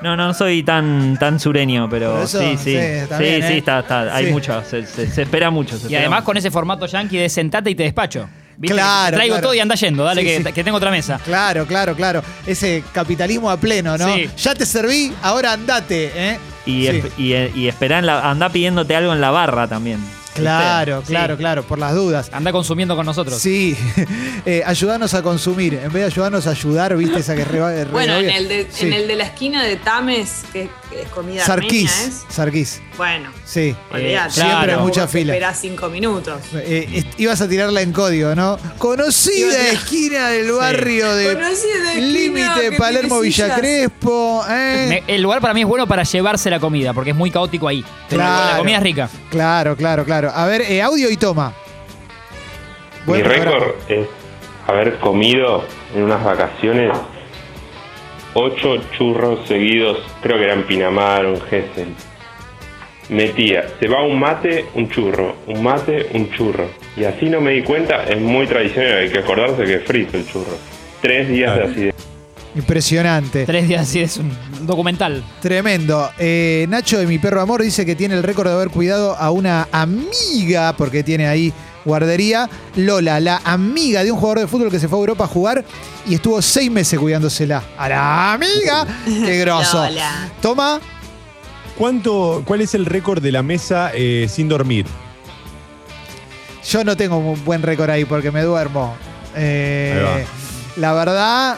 I: No, no soy tan, tan sureño, pero
A: Pero eso,
I: sí, sí.
A: sí,
I: Sí,
A: está bien,
I: sí,
A: ¿eh?
I: está, está. Hay
A: Sí.
I: mucho, se, se- se espera mucho. se
C: Y
I: espera
C: además
I: mucho.
C: con ese formato yankee de sentate y te despacho. ¿Viste?
A: Claro,
C: Te traigo
A: claro.
C: todo y anda yendo, dale
A: Sí,
C: que,
A: sí.
C: que tengo otra mesa.
A: Claro, claro, claro. Ese capitalismo a pleno, ¿no?
C: Sí.
A: Ya te serví, ahora andate. ¿eh?
I: Y, eh,
A: Sí.
I: esp- y, y esperá en la- andá pidiéndote algo en la barra también.
A: Claro,
C: Sí.
A: claro, claro, por las dudas.
C: Anda consumiendo con nosotros.
A: Sí, eh, ayudarnos a consumir. En vez de ayudarnos a ayudar, viste esa que es re- re
B: Bueno, en
A: obvia?
B: el, de,
A: Sí.
B: en el de la esquina de Tames, que, que es comida
A: Sarkis,
B: armenia, ¿es?
A: Sarkis,
B: Bueno,
A: sí.
B: olvidate.
A: siempre hay mucha
B: Vos
A: fila.
B: Esperás cinco minutos.
A: Eh, est- ibas a tirarla en código, ¿no?
B: Iba a
A: Conocida
B: tirar-
A: esquina del barrio de
B: Conocí de esquina que
A: límite
B: tiene
A: Palermo
B: sillas.
A: Villa Crespo, ¿eh?
C: Me- el lugar para mí es bueno para llevarse la comida, porque es muy caótico ahí. Pero
A: Claro.
C: la comida es rica.
A: Claro, claro, claro. A ver, eh, audio y toma.
E: Mi
A: Buen programa.
E: récord es haber comido en unas vacaciones ocho churros seguidos, creo que eran Pinamar, un Gessel. Metía, se va un mate, un churro, un mate, un churro. Y así no me di cuenta, es muy tradicional, hay que acordarse que es frito el churro. Tres días de
D: Claro.
E: así de
A: Impresionante.
C: Tres días así es un documental.
A: Tremendo. Eh, Nacho de Mi Perro Amor dice que tiene el récord de haber cuidado a una amiga, porque tiene ahí guardería. Lola, la amiga de un jugador de fútbol que se fue a Europa a jugar y estuvo seis meses cuidándosela. ¡A la amiga! ¡Qué grosso!
B: Lola.
A: Toma.
D: ¿Cuánto, ¿Cuál es el récord de la mesa eh, sin dormir?
A: Yo no tengo un buen récord ahí porque me duermo. Eh,
D: Ahí
A: la verdad,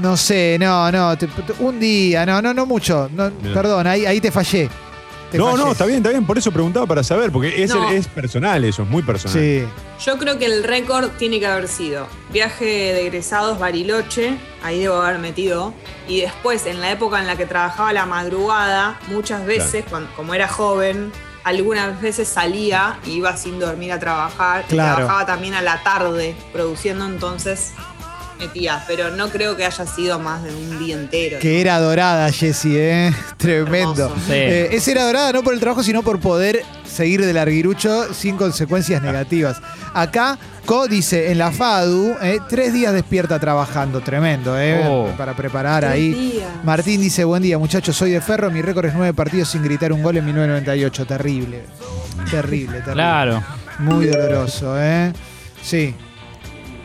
A: no sé, no, no. te- te- un día, no, no, no mucho. No,
D: Bien.
A: perdón, ahí, ahí te fallé. Te
D: no,
A: fallé.
D: no, está bien, está bien. Por eso preguntaba para saber, porque es,
B: No.
D: es personal eso, es muy personal.
A: Sí.
B: Yo creo que el récord tiene que haber sido viaje de egresados Bariloche, ahí debo haber metido, y después en la época en la que trabajaba la madrugada, muchas veces, cuan- como era joven, algunas veces salía y iba sin dormir a trabajar, y
A: Claro.
B: trabajaba también a la tarde produciendo, entonces metía, pero no creo que haya sido más de un día entero.
A: Que era dorada, Jessy, ¿eh? Tremendo.
B: Hermoso.
C: Sí.
A: Eh, esa era dorada no por el trabajo, sino por poder seguir de larguirucho sin consecuencias negativas. Acá, Co dice, en la FADU, ¿eh? tres días despierta trabajando. Tremendo, ¿eh?
C: Oh.
A: Para preparar
B: Tres
A: ahí.
B: días.
A: Martín dice, buen día, muchachos, soy de Ferro, mi récord es nueve partidos sin gritar un gol en 1998. Terrible. Terrible, terrible.
C: Claro.
A: Muy doloroso, ¿eh? Sí.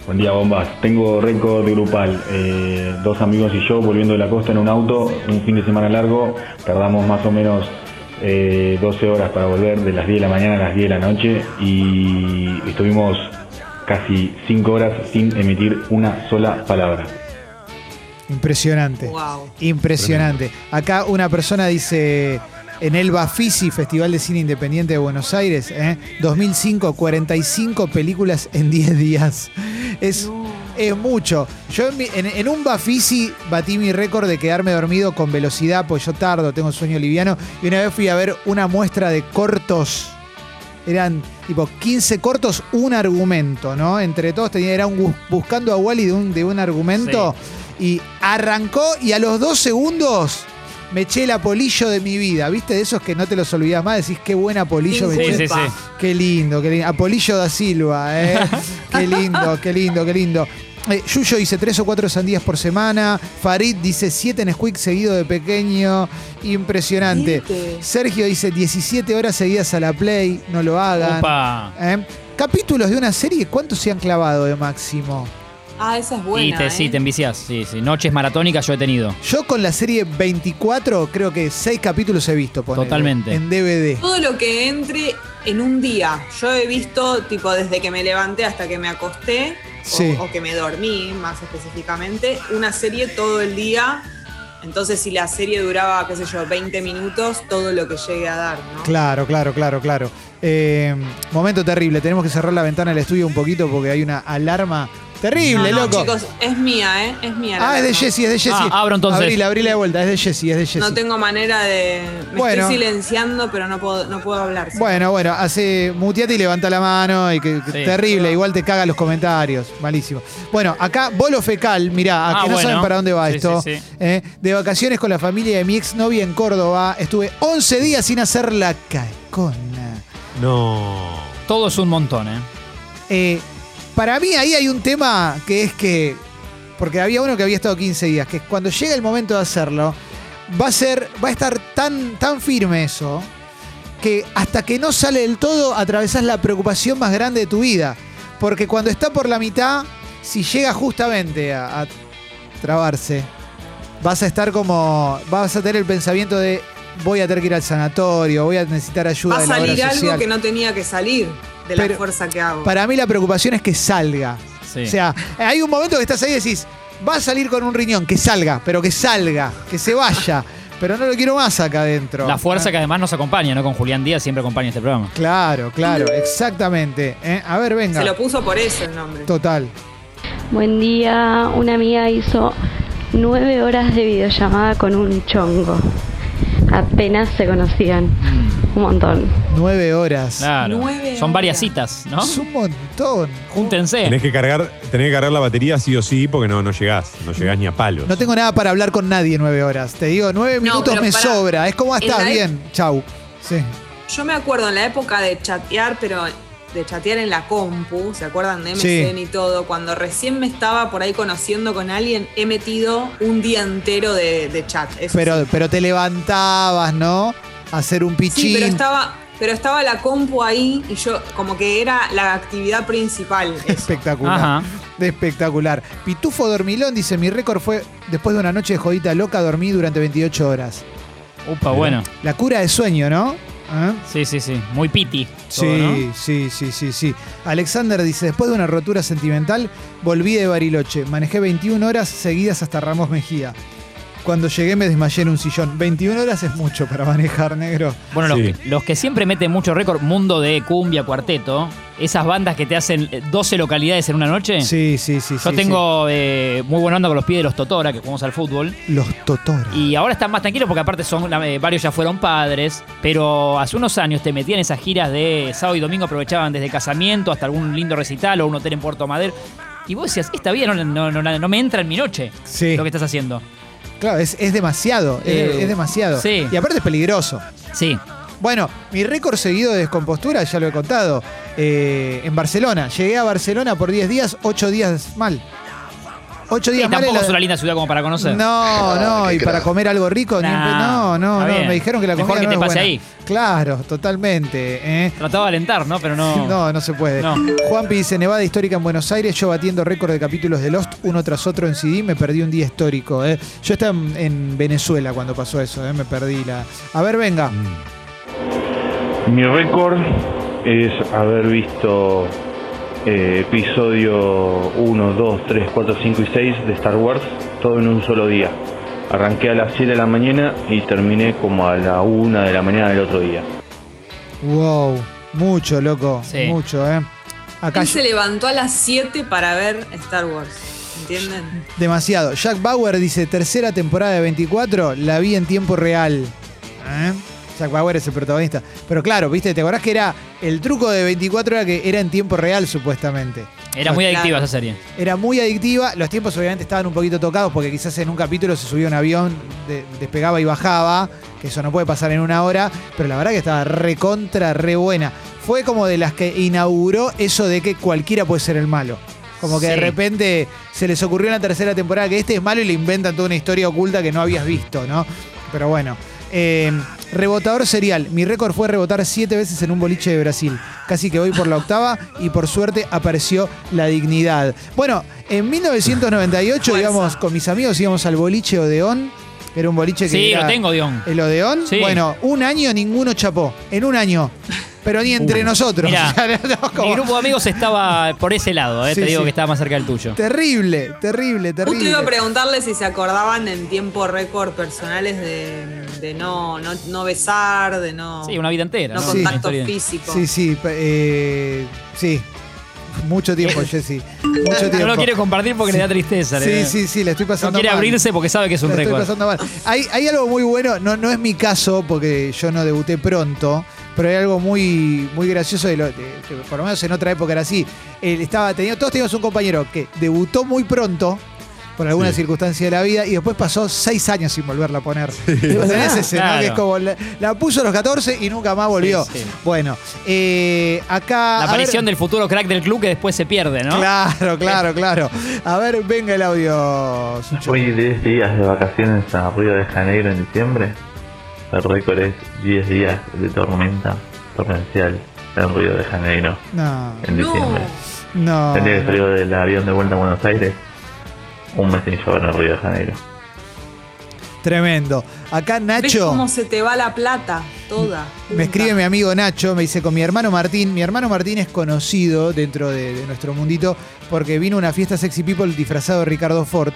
J: Buen día, bombas. Tengo récord grupal. Eh, dos amigos y yo volviendo de la costa en un auto, un fin de semana largo. Tardamos más o menos eh, 12 horas para volver de las 10 de la mañana a las 10 de la noche y estuvimos casi 5 horas sin emitir una sola palabra.
A: Impresionante.
B: Wow.
A: Impresionante. Acá una persona dice, en el Bafisi, Festival de Cine Independiente de Buenos Aires, ¿eh? 2005, 45 películas en 10 días. Es, es mucho. Yo en, mi- en- en un Bafisi batí mi récord de quedarme dormido con velocidad, pues yo tardo, tengo sueño liviano, y una vez fui a ver una muestra de cortos. Eran tipo 15 cortos, un argumento, ¿no? Entre todos tenía, era un bus- buscando a Wally de un, de un argumento. Y arrancó y a los dos segundos me eché el apolillo de mi vida. ¿Viste? De esos que no te los olvidás más, decís qué buen apolillo me
C: Sí,
A: eché.
C: sí, sí.
A: Qué lindo, qué lindo. Apolillo da Silva, ¿eh? qué lindo, qué lindo, qué lindo. Eh, Yuyo dice tres o cuatro sandías por semana. Farid dice siete en Squeak seguido de pequeño. Impresionante.
B: Siete.
A: Sergio dice 17 horas seguidas a la Play. No lo hagan.
C: Opa.
A: ¿Eh? Capítulos de una serie, ¿cuántos se han clavado de máximo?
B: Ah, esa es
C: Y
B: buena.
C: te,
B: ¿eh?
C: sí, te enviciás. Sí, sí. Noches maratónicas yo he tenido.
A: Yo con la serie 24 creo que seis capítulos he visto. ponele,
C: Totalmente.
A: En DVD.
B: Todo lo que entre en un día. Yo he visto, tipo, desde que me levanté hasta que me acosté, o-
A: Sí.
B: o, que me dormí, más específicamente, una serie todo el día. Entonces, si la serie duraba, qué sé yo, 20 minutos, todo lo que llegue a dar, ¿no?
A: Claro, claro, claro, claro. Eh, momento terrible. Tenemos que cerrar la ventana del estudio un poquito porque hay una alarma terrible,
B: No, no,
A: loco.
B: Chicos, es mía, ¿eh? Es mía. la
A: ah, es de
B: alarma.
A: Jessy, es de Jessy.
C: Ah, abro entonces.
A: Abrila, abrila de vuelta. Es de Jessy, es de Jessy.
B: No tengo manera de. Me
A: Bueno.
B: estoy silenciando, pero no puedo, no puedo hablar.
A: Bueno, bueno, hace muteate y levanta la mano y que, que
C: Sí.
A: terrible, igual te caga los comentarios, malísimo. Bueno, acá bolo fecal, mirá,
C: Ah,
A: aquí no
C: bueno.
A: saben para dónde va
C: Sí,
A: esto.
C: sí, sí.
A: ¿eh? De vacaciones con la familia de mi exnovia en Córdoba, estuve 11 días sin hacer la calcona.
D: No.
C: Todo es un montón, ¿eh?
A: Eh, para mí ahí hay un tema que es que, porque había uno que había estado 15 días, que es cuando llega el momento de hacerlo, va a ser, va a estar tan, tan firme eso, que hasta que no sale del todo atravesás la preocupación más grande de tu vida. Porque cuando está por la mitad, si llega justamente a, a trabarse, vas a estar como, vas a tener el pensamiento de, voy a tener que ir al sanatorio, voy a necesitar ayuda
B: Va a
A: de la obra
B: salir algo
A: social.
B: que no tenía que salir de la
A: Pero-
B: fuerza que hago.
A: Para mí la preocupación es que salga.
C: Sí.
A: O sea, hay un momento que estás ahí y decís, va a salir con un riñón, que salga, pero que salga, que se vaya, pero no lo quiero más acá adentro.
C: La fuerza que además nos acompaña, ¿no? Con Julián Díaz siempre acompaña este programa.
A: Claro, claro, exactamente. ¿eh? A ver, venga.
B: Se lo puso por eso el nombre.
A: Total.
K: Buen día, una amiga hizo nueve horas de videollamada con un chongo. Apenas se conocían.
I: Mm.
K: Un montón.
A: Nueve horas.
C: Claro.
B: Nueve
C: Son varias citas, ¿no?
A: Es un montón.
C: Júntense.
D: Tenés que cargar, tenés que cargar la batería sí o sí, porque no, no llegás, no llegás ni a palos.
A: No tengo nada para hablar con nadie nueve horas. Te digo, nueve
B: No,
A: minutos
B: pero
A: me
B: pará.
A: sobra. Es como "Ah,
B: En
A: estás
B: la e-
A: bien. Chau. Sí.
B: Yo me acuerdo en la época de chatear, pero de chatear en la compu, ¿se acuerdan de MSN
A: Sí.
B: y todo? Cuando recién me estaba por ahí conociendo con alguien, he metido un día entero de, de chat. eso sí.
A: Pero, pero te levantabas, ¿no? A hacer un pichín.
B: Sí, pero estaba, pero estaba la compu ahí y yo, como que era la actividad principal. eso.
A: Espectacular.
C: Ajá.
A: De espectacular. Pitufo Dormilón dice: Mi récord fue después de una noche de jodita loca, dormí durante 28 horas.
C: Upa, bueno.
A: La cura de sueño, ¿no? ¿Ah?
C: Sí, sí, sí. Muy piti. todo,
A: Sí,
C: ¿no?
A: sí, sí, sí, sí. Alexander dice, después de una rotura sentimental, volví de Bariloche. Manejé 21 horas seguidas hasta Ramos Mejía. Cuando llegué me desmayé en un sillón. 21 horas es mucho para manejar, negro.
C: Bueno, los,
D: Sí.
C: que, los que siempre meten mucho récord, mundo de cumbia, cuarteto, esas bandas que te hacen eh, 12 localidades en una noche.
A: Sí, sí, sí.
C: Eh, Yo
A: sí,
C: tengo eh, muy buena onda con los pies de los Totora, que jugamos al fútbol.
A: sí. Los Totora.
C: Y ahora están más tranquilos porque aparte son la- eh, varios ya fueron padres, pero hace unos años te metían esas giras de sábado y domingo, aprovechaban desde casamiento hasta algún lindo recital o un hotel en Puerto Madero. Y vos decías, esta vida no, no- no- no me entra en mi noche
A: Sí.
C: lo que estás haciendo.
A: Claro, es, es demasiado. es-
C: Eh,
A: es, demasiado.
C: sí.
A: Y aparte es peligroso.
C: Sí,
A: Bueno, mi récord seguido de descompostura, ya lo he contado, eh, en Barcelona. Llegué a Barcelona por 10 días, 8 días mal. 8
C: y
A: días mal. en
C: tampoco
A: la-
C: es una linda ciudad como para conocer.
A: No, no, y para comer algo rico, ni en pe- no,
C: Nah,
A: no,
C: está
A: no,
C: bien.
A: me dijeron que la
C: Mejor
A: comida
C: que
A: no
C: te
A: es
C: pase
A: buena.
C: ahí.
A: Claro, totalmente. ¿eh?
C: Trataba de alentar, ¿no? Pero no.
A: No, no se puede.
C: No.
A: Juanpi dice, Nevada histórica en Buenos Aires, yo batiendo récord de capítulos de Lost uno tras otro en CD, me perdí un día histórico. ¿eh? Yo estaba en, en Venezuela cuando pasó eso, ¿eh? me perdí la... A ver, venga.
J: Mi récord es haber visto eh, episodio 1, 2, 3, 4, 5 y 6 de Star Wars todo en un solo día. Arranqué a las 7 de la mañana y terminé como a la 1 de la mañana del otro día.
A: Wow, mucho, loco.
C: Sí.
A: Mucho, ¿eh? Acá
B: Él se levantó a las 7 para ver Star Wars. ¿Entienden?
A: demasiado. Jack Bauer dice, tercera temporada de 24, la vi en tiempo real. ¿Eh? Jack Bauer es el protagonista. Pero claro, viste, ¿te acordás que era el truco de 24 era que era en tiempo real, supuestamente?
C: Era muy
B: Claro.
C: adictiva esa serie.
A: Era muy adictiva, los tiempos obviamente estaban un poquito tocados porque quizás en un capítulo se subía un avión, de- despegaba y bajaba, que eso no puede pasar en una hora, pero la verdad que estaba recontra, re buena. Fue como de las que inauguró eso de que cualquiera puede ser el malo. Como que de
C: Sí.
A: repente se les ocurrió en la tercera temporada que este es malo y le inventan toda una historia oculta que no habías visto, ¿no? Pero bueno. Eh, rebotador serial. Mi récord fue rebotar siete veces en un boliche de Brasil. Casi que voy por la octava y por suerte apareció la dignidad. Bueno, en 1998, digamos, con mis amigos íbamos al boliche Odeón. Era un boliche que.
C: Sí,
A: era
C: lo tengo, Dion.
A: ¿El Odeón?
C: Sí.
A: Bueno, un año ninguno chapó. En un año. Pero ni entre nosotros.
C: Uh, Mirá,
A: no, como-
C: Mi grupo de amigos estaba por ese lado, eh,
A: Sí,
C: te digo
A: sí.
C: que estaba más cerca del tuyo.
A: Terrible, terrible, terrible.
B: Justo iba a preguntarle si se acordaban en tiempo récord personales de, de no, no, no besar, de no.
C: Sí, una vida entera.
B: no
C: ¿no?
A: Sí.
C: Una
B: contacto
C: historia.
B: físico.
A: Sí, sí, pa- eh, sí. Mucho tiempo, Jessy. Mucho tiempo.
C: No lo quiere compartir porque le da tristeza. le
A: Sí,
C: da-
A: sí, sí, la estoy
C: No
A: pasando
C: quiere
A: mal.
C: abrirse porque sabe que es un
A: La estoy
C: récord.
A: pasando mal. Hay, hay algo muy bueno, no, no es mi caso porque yo no debuté pronto, pero hay algo muy, muy gracioso, de lo, de- que por lo menos en otra época era así. Él estaba teniendo, todos teníamos un compañero que debutó muy pronto por alguna
D: Sí.
A: circunstancia de la vida y después pasó seis años sin volverla a poner. ¿Entendés ese, no?
C: Claro.
A: Que es como la, la puso a los 14 y nunca más volvió.
C: Sí, sí.
A: Bueno, eh, acá...
C: La
A: a ver-
C: aparición del futuro crack del club que después se pierde, ¿no?
A: Claro, claro, claro. A ver, venga el audio, Sucho.
J: Hoy 10 días de vacaciones a Río de Janeiro en diciembre. El récord es 10 días de tormenta torrencial en Río de Janeiro
A: No,
J: en
B: No.
J: diciembre.
A: no.
J: El día que
A: no.
J: salió del avión de vuelta a Buenos Aires, un mes sin llover en Río de Janeiro.
A: Tremendo. Acá
B: ¿Ves
A: Nacho.
B: cómo se te va la plata toda?
A: Me escribe mi amigo Nacho, me dice con mi hermano Martín. Mi hermano Martín es conocido dentro de, de nuestro mundito porque vino a una fiesta Sexy People disfrazado de Ricardo Ford.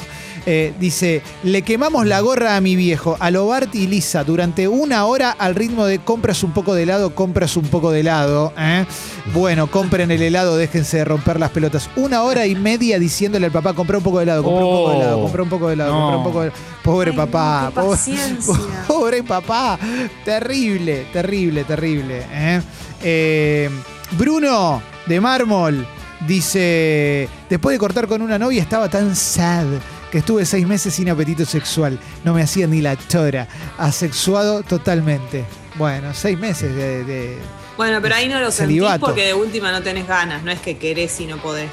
A: Eh, dice, le quemamos la gorra a mi viejo, a Lobart y Lisa, durante una hora al ritmo de compras un poco de helado, compras un poco de helado. ¿eh? Bueno, compren el helado, déjense de romper las pelotas. Una hora y media diciéndole al papá, compré un poco de helado, compré un poco de helado,
C: Oh.
A: compré un poco de helado,
C: No.
A: compré un poco de helado. Pobre papá,
B: qué
A: pobre-
B: paciencia.
A: Pobre papá. Terrible, terrible, terrible. ¿eh? Eh, Bruno de Mármol dice: Después de cortar con una novia, estaba tan sad que estuve seis meses sin apetito sexual. No me hacía ni la chora. Asexuado totalmente. Bueno, seis meses de. de-
B: Bueno, pero ahí no lo
A: Celibato.
B: sentís porque de última no tenés ganas, no es que querés y no podés.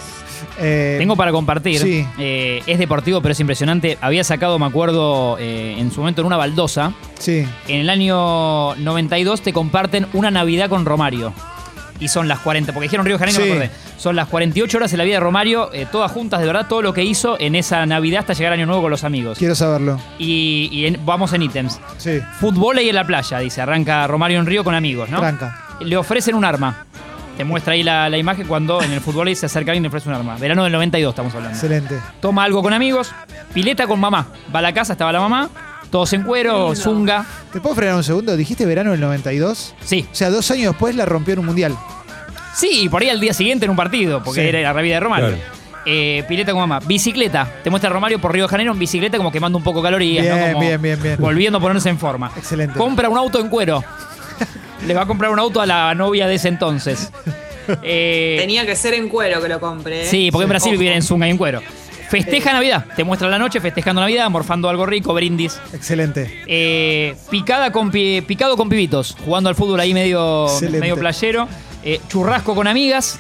A: eh,
C: Tengo para compartir.
A: Sí.
C: Eh, es deportivo, pero es impresionante. Había sacado, me acuerdo, eh, en su momento en una baldosa.
A: Sí.
C: En el año 92 te comparten una Navidad con Romario. Y son las 40, porque dijeron Río de Janeiro,
A: Sí.
C: me acordé. Son las 48 horas de la vida de Romario, eh, todas juntas, de verdad, todo lo que hizo en esa Navidad hasta llegar Año Nuevo con los amigos.
A: Quiero saberlo.
C: Y, y en- vamos en ítems.
A: Sí.
C: Fútbol y en la playa, dice. Arranca Romario en Río con amigos, ¿no? Ah.
A: Tranca.
C: Le ofrecen un arma. Te muestra ahí la, la imagen cuando en el fútbol se acerca alguien y le ofrece un arma. Verano del 92 estamos hablando.
A: Excelente.
C: Toma algo con amigos, pileta con mamá. Va a la casa, estaba la mamá, todos en cuero, zunga.
A: ¿Te puedo frenar un segundo? ¿Dijiste verano del 92?
C: Sí.
A: O sea, dos años después la rompió en un mundial.
C: Sí, y por ahí al día siguiente en un partido, porque
A: Sí.
C: era la vida de Romario.
D: Claro.
C: Eh, pileta con mamá. Bicicleta. Te muestra Romario por Río de Janeiro en bicicleta como quemando un poco calorías, ¿no?
A: Bien,
C: Como
A: bien, bien, bien.
C: Volviendo a ponerse en forma.
A: Excelente.
C: Compra un auto en cuero. Le va a comprar un auto a la novia de ese entonces. Eh,
B: Tenía que ser en cuero que lo compré. ¿eh?
C: Sí, porque en Brasil
B: Ojo.
C: vivir en zunga y en cuero. Festeja Navidad. Te muestra la noche festejando Navidad, morfando algo rico, brindis.
A: Excelente.
C: Eh, picada con pi- picado con pibitos, jugando al fútbol ahí medio,
A: Excelente.
C: medio playero. Eh, churrasco con amigas.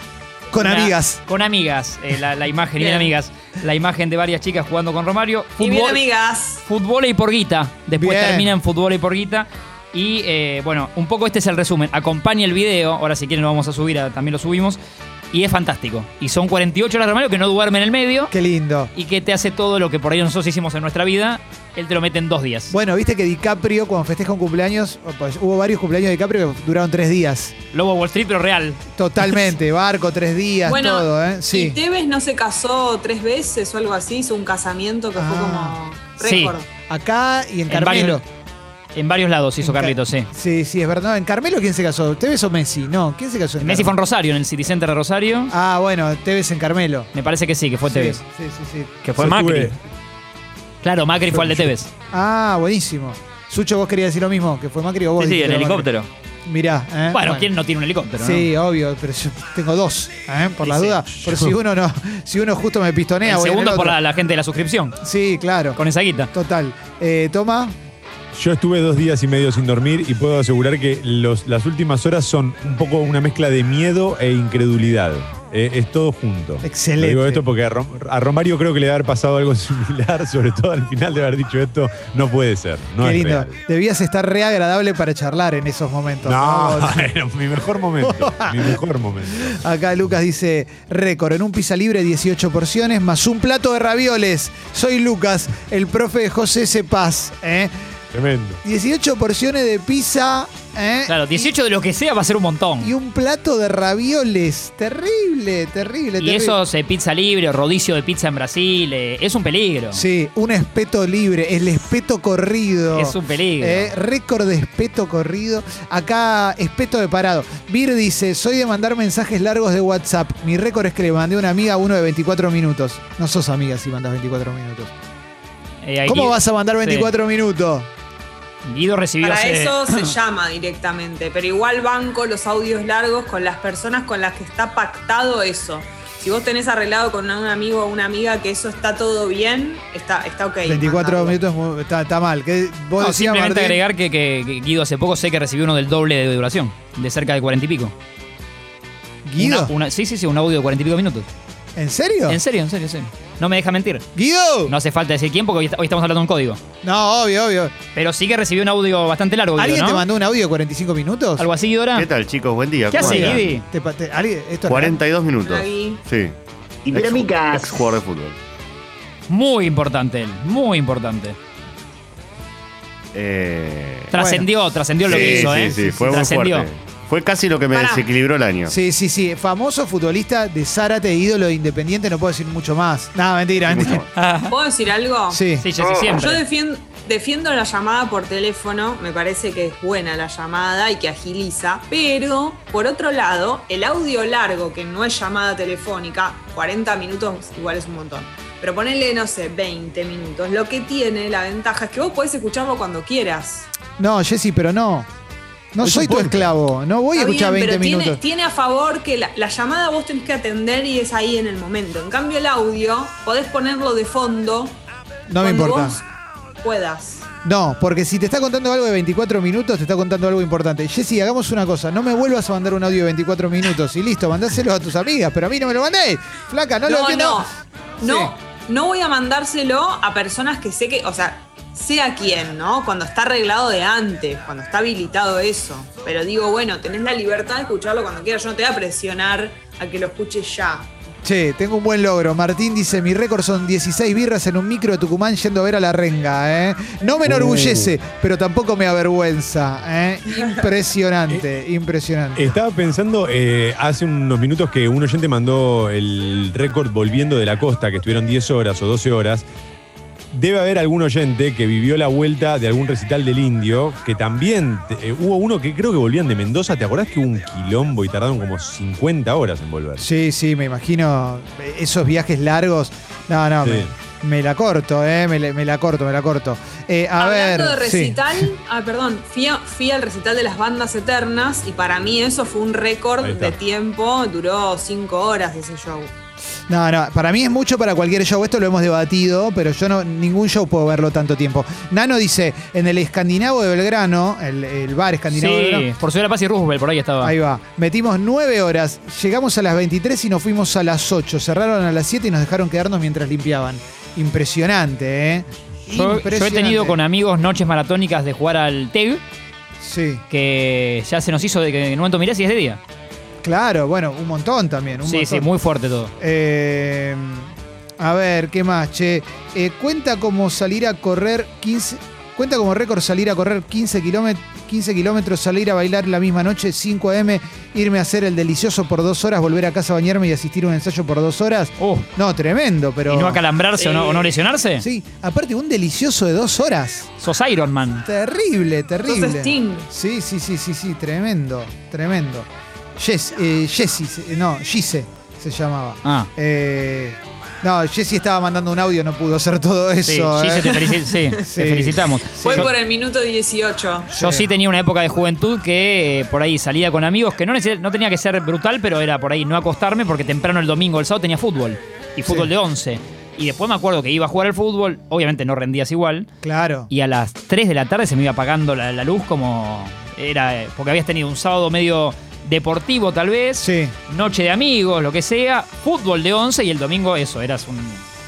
A: Con
C: Una-
A: amigas.
C: Con amigas. eh, la, la imagen, y bien
B: Bien.
C: amigas. La imagen de varias chicas jugando con Romario.
B: Y bien,
C: Fútbol-
B: amigas.
C: Fútbol y por guita. Después
A: Bien.
C: termina en fútbol y por guita. Y eh, bueno, un poco este es el resumen. Acompaña el video. Ahora, si quieren, lo vamos a subir. a- También lo subimos. Y es fantástico. Y son 48 horas de Romario que no duerme en el medio.
A: Qué lindo.
C: Y que te hace todo lo que por ahí nosotros hicimos en nuestra vida. Él te lo mete en dos días.
A: Bueno, viste que DiCaprio cuando festeja un cumpleaños, o, pues, hubo varios cumpleaños de DiCaprio que duraron tres días.
C: Lobo Wall Street, pero real.
A: Totalmente, barco, tres días,
B: Bueno,
A: todo, ¿eh?
B: Y
A: Sí.
B: Tevez no se casó tres veces o algo así, hizo un casamiento que
A: Ah.
B: fue como récord.
C: Sí.
A: Acá y en,
C: En
A: Carmelo.
C: varios, en varios lados hizo
A: En Car-
C: Carlitos, sí.
A: Sí, sí, es verdad. No, ¿En Carmelo quién se casó? ¿Tevez o Messi? No, ¿quién se casó en
C: Messi fue en
A: Carmelo?
C: Rosario, en el City Center de Rosario.
A: Ah, bueno, Tevez en Carmelo.
C: Me parece que sí, que fue
A: sí,
C: Tevez.
A: sí, sí, sí.
I: Que fue
D: Yo
I: Macri.
D: tuve-
C: Claro, Macri fue el de Tevez.
A: Ah, buenísimo. Sucho, vos querías decir lo mismo, que fue Macri o vos.
I: Sí, sí,
A: dijiste
I: el
A: lo de Macri.
I: helicóptero.
A: Mirá, ¿eh?
C: Bueno, ¿quién no tiene un helicóptero? no?
A: Sí, obvio, pero yo tengo dos, ¿eh? por
C: Sí,
A: las
C: sí.
A: dudas. Por si uno no, si uno justo me pistonea,
C: El
A: voy en
C: segundo
A: el
C: por
A: otro.
C: la, la gente de la suscripción,
A: Sí, claro.
C: con esa guita.
A: Total. Eh, toma.
D: Yo estuve dos días y medio sin dormir y puedo asegurar que los- las últimas horas son un poco una mezcla de miedo e incredulidad. Eh, es todo junto.
A: Excelente.
D: Lo Digo esto porque a, Rom- a Romario creo que le debe haber pasado algo similar, sobre todo al final de haber dicho esto. No puede ser. No
A: Qué
D: es
A: lindo.
D: real.
A: Debías estar re agradable para charlar en esos momentos.
D: No,
A: ¿no?
D: era mi mejor momento. mi mejor momento.
A: Acá Lucas dice, récord, en un pizza libre 18 porciones más un plato de ravioles. Soy Lucas, el profe de José C. Paz. ¿eh?
D: Tremendo.
A: 18 porciones de pizza ¿eh?
C: Claro, 18 de lo que sea va a ser un montón.
A: y un plato de ravioles. Terrible, terrible,
C: Y
A: terrible.
C: esos eh, pizza libre, rodicio de pizza en Brasil, eh, es un peligro.
A: Sí, un espeto libre, el espeto corrido.
C: Es un peligro.
A: Eh, récord de espeto corrido. Acá, espeto de parado. Vir dice: Soy de mandar mensajes largos de WhatsApp. Mi récord es que le mandé a una amiga uno de 24 minutos. No sos amiga si mandas 24 minutos.
C: Eh, ahí
A: ¿Cómo
C: Guido-
A: vas a mandar 24 minutos?
C: sí. Guido recibió
B: Para
C: hace-
B: eso se llama directamente, pero igual banco los audios largos con las personas con las que está pactado eso. Si vos tenés arreglado con un amigo o una amiga que eso está todo bien, está, está ok.
A: 24
B: mandarlo.
A: minutos mu- está, está mal. ¿Qué, vos
C: No,
A: decías,
C: simplemente
A: Martín?
C: agregar que, que- que Guido hace poco sé que recibió uno del doble de duración, de cerca de 40 y pico.
A: ¿Guido?
C: Una- una- sí, sí, sí, un audio de 40 y pico minutos.
A: ¿En serio?
C: En serio, en serio, en serio. No me deja mentir.
A: ¿Guido?
C: No hace falta decir quién porque hoy, est- hoy estamos hablando de un código.
A: No, obvio, obvio.
C: Pero sí que recibió un audio bastante largo. Guido,
A: ¿Alguien
C: ¿no?
A: te mandó un audio de 45 minutos?
C: ¿Algo así, Guidora?
L: ¿Qué tal, chicos? Buen día.
C: ¿Qué
L: ¿Cómo
C: hace,
L: andan?
C: Guidi?
A: ¿Te pa- te- alguien- esto es-
L: 42 minutos.
B: Ahí.
L: Sí.
M: Y
L: Ex-
M: piramicas.
L: Ex jugador de fútbol.
C: Muy importante él, muy importante.
L: Eh,
C: Trascendió, trascendió lo
L: sí,
C: que hizo,
L: sí,
C: ¿eh?
L: Sí, fue muy
C: Trascendió.
L: fuerte. Fue casi lo que me
A: Pará.
L: desequilibró el año.
A: Sí, sí, sí. Famoso futbolista de Zárate, ídolo de independiente, no puedo decir mucho más. Nada, mentira, mentira.
B: ¿Puedo decir algo?
A: Sí. Sí, Jessy, siempre.
B: Yo defiendo, defiendo la llamada por teléfono, me parece que es buena la llamada y que agiliza, pero por otro lado, el audio largo, que no es llamada telefónica, 40 minutos igual es un montón. Pero ponele, no sé, 20 minutos. Lo que tiene, la ventaja es que vos podés escucharlo cuando quieras.
A: No, Jessy, pero no. No soy tu esclavo. No voy a
B: Está
A: escuchar
B: bien,
A: 20
B: pero tiene-
A: minutos.
B: Tiene, a favor que la, la llamada vos tenés que atender y es ahí en el momento. En cambio, el audio podés ponerlo de fondo
A: No me
B: cuando
A: importa.
B: vos puedas.
A: No, porque si te está contando algo de 24 minutos, te está contando algo importante. Jessy, hagamos una cosa. No me vuelvas a mandar un audio de 24 minutos y listo, mandáselo a tus amigas, pero a mí no me lo mandéis. Flaca, no,
B: no,
A: lo que
B: no. No,
A: Sí.
B: no voy a mandárselo a personas que sé que, o sea, sé a quién, ¿no? Cuando está arreglado de antes, cuando está habilitado eso. Pero digo, bueno, tenés la libertad de escucharlo cuando quieras. Yo no te voy a presionar a que lo escuches ya.
A: Che, tengo un buen logro. Martín dice, mi récord son 16 birras en un micro de Tucumán yendo a ver a la renga, ¿eh? No me enorgullece, pero tampoco me avergüenza, ¿eh? Impresionante, impresionante.
D: Estaba pensando eh, hace unos minutos que un oyente mandó el récord volviendo de la costa, que estuvieron 10 horas o 12 horas. Debe haber algún oyente que vivió la vuelta de algún recital del indio, que también eh, hubo uno que creo que volvían de Mendoza. ¿Te acordás que hubo un quilombo y tardaron como 50 horas en volver?
A: Sí, sí, me imagino esos viajes largos. No, no,
D: Sí.
A: me, me la corto, ¿eh? Me, la- me la corto, me la corto. Eh, a
B: Hablando
A: ver,
B: de
A: sí.
B: recital, ah, perdón, fui, a- fui al recital de las bandas eternas y para mí eso fue un récord
A: Ahí está.
B: de tiempo, duró cinco horas ese show.
A: No, no, para mí es mucho para cualquier show. Esto lo hemos debatido, pero yo no, ningún show puedo verlo tanto tiempo. Nano dice, en el escandinavo de Belgrano, el, el bar escandinavo de
C: Sí,
A: Belgrano,
C: por Ciudad de la Paz y Roosevelt, por ahí estaba.
A: ahí va, metimos nueve horas, llegamos a las 23 y nos fuimos a las 8. Cerraron a las 7 y nos dejaron quedarnos mientras limpiaban. Impresionante, ¿eh?
C: Yo, yo he tenido con amigos noches maratónicas de jugar al TEG.
A: Sí.
C: Que ya se nos hizo de que en un momento mirás y es de día.
A: Claro, bueno, un montón también. un
C: sí,
A: montón.
C: sí, muy fuerte todo.
A: Eh, a ver, ¿qué más, che? Eh, cuenta como salir a correr 15. Cuenta como récord salir a correr 15 kilómetros, 15 kilómetros, salir a bailar la misma noche, 5 a.m., irme a hacer el delicioso por dos horas, volver a casa a bañarme y asistir a un ensayo por dos horas. No, tremendo, pero.
C: Uh, ¿Y no acalambrarse o, no,
A: Sí.
C: o no lesionarse?
A: Sí, aparte un delicioso de dos horas.
C: Sos Iron Man.
A: Terrible, terrible.
C: Sos Sting.
A: Sí, sí, sí, sí, sí, tremendo, tremendo. Jess, eh, Jessie, se- no, Gise se llamaba.
C: Ah.
A: Eh, no, Jessy estaba mandando un audio, no pudo hacer todo eso.
C: sí,
A: ¿eh?
C: Gise, te felici- sí, te felicitamos.
B: Fue
C: Yo-
B: por el minuto 18.
C: Yo sí tenía una época de juventud que eh, por ahí salía con amigos que no, neces- no tenía que ser brutal, pero era por ahí no acostarme porque temprano el domingo, el sábado tenía fútbol y fútbol
A: Sí.
C: de 11. Y después me acuerdo que iba a jugar al fútbol, obviamente no rendías igual.
A: Claro.
C: Y a las 3 de la tarde se me iba apagando la, la luz como era, eh, porque habías tenido un sábado medio deportivo tal vez, noche de amigos, lo que sea, fútbol de 11 y el domingo eso, eras un-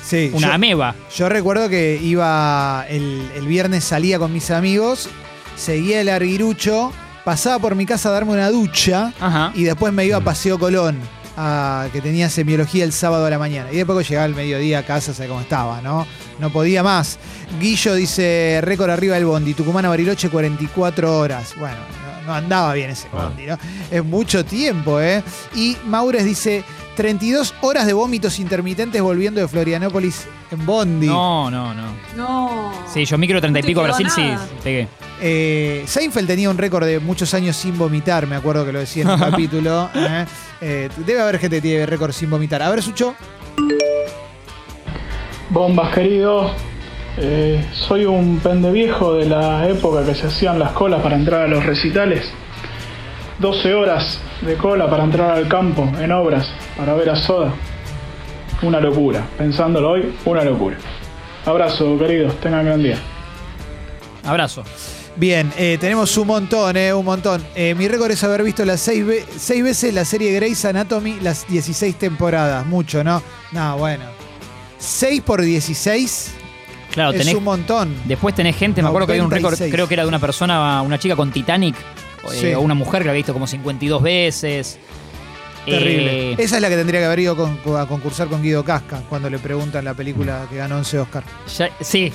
A: Sí,
C: una
A: yo-
C: ameba.
A: Yo recuerdo que iba el, el viernes salía con mis amigos, seguía el arguirucho, pasaba por mi casa a darme una ducha y después me iba a Paseo Colón, a- que tenía semiología el sábado a la mañana. Y después llegaba al mediodía a casa, sé cómo estaba, ¿no? No podía más. Guillo dice, récord arriba del bondi, Tucumán a Bariloche 44 horas. Bueno, no, no andaba bien ese bondi, ¿no? Es mucho tiempo, ¿eh? Y Maures dice, 32 horas de vómitos intermitentes volviendo de Florianópolis en bondi.
C: No, no, no.
B: No.
C: Sí, yo micro 30 y
A: No te
C: pico
A: quedó
C: Brasil
A: nada.
C: sí pegué.
A: Eh, Seinfeld tenía un récord de muchos años sin vomitar, me acuerdo que lo decía en un capítulo. ¿eh? Eh, debe haber gente que tiene récord sin vomitar. A ver, Sucho.
M: Bombas, querido. Eh, soy un pendeviejo de la época que se hacían las colas para entrar a los recitales. 12 horas de cola para entrar al campo, en obras, para ver a Soda. Una locura. Pensándolo hoy, una locura. Abrazo, queridos. Tengan gran día.
C: Abrazo.
A: Bien, eh, tenemos un montón, eh, un montón. Eh, mi récord es haber visto las seis, ve- seis veces la serie Grey's Anatomy las 16 temporadas. Mucho, ¿no? No, bueno. 6 por 16
C: Claro,
A: es
C: tenés-
A: un montón.
C: Después tenés gente, me acuerdo que había un récord,
A: 96.
C: creo que era de una persona, una chica con Titanic, o
A: Sí.
C: una mujer que la había visto como 52 veces.
A: Terrible.
C: Eh,
A: Esa es la que tendría que haber ido con- a concursar con Guido Casca cuando le preguntan la película que ganó 11 Oscar.
C: ya- sí,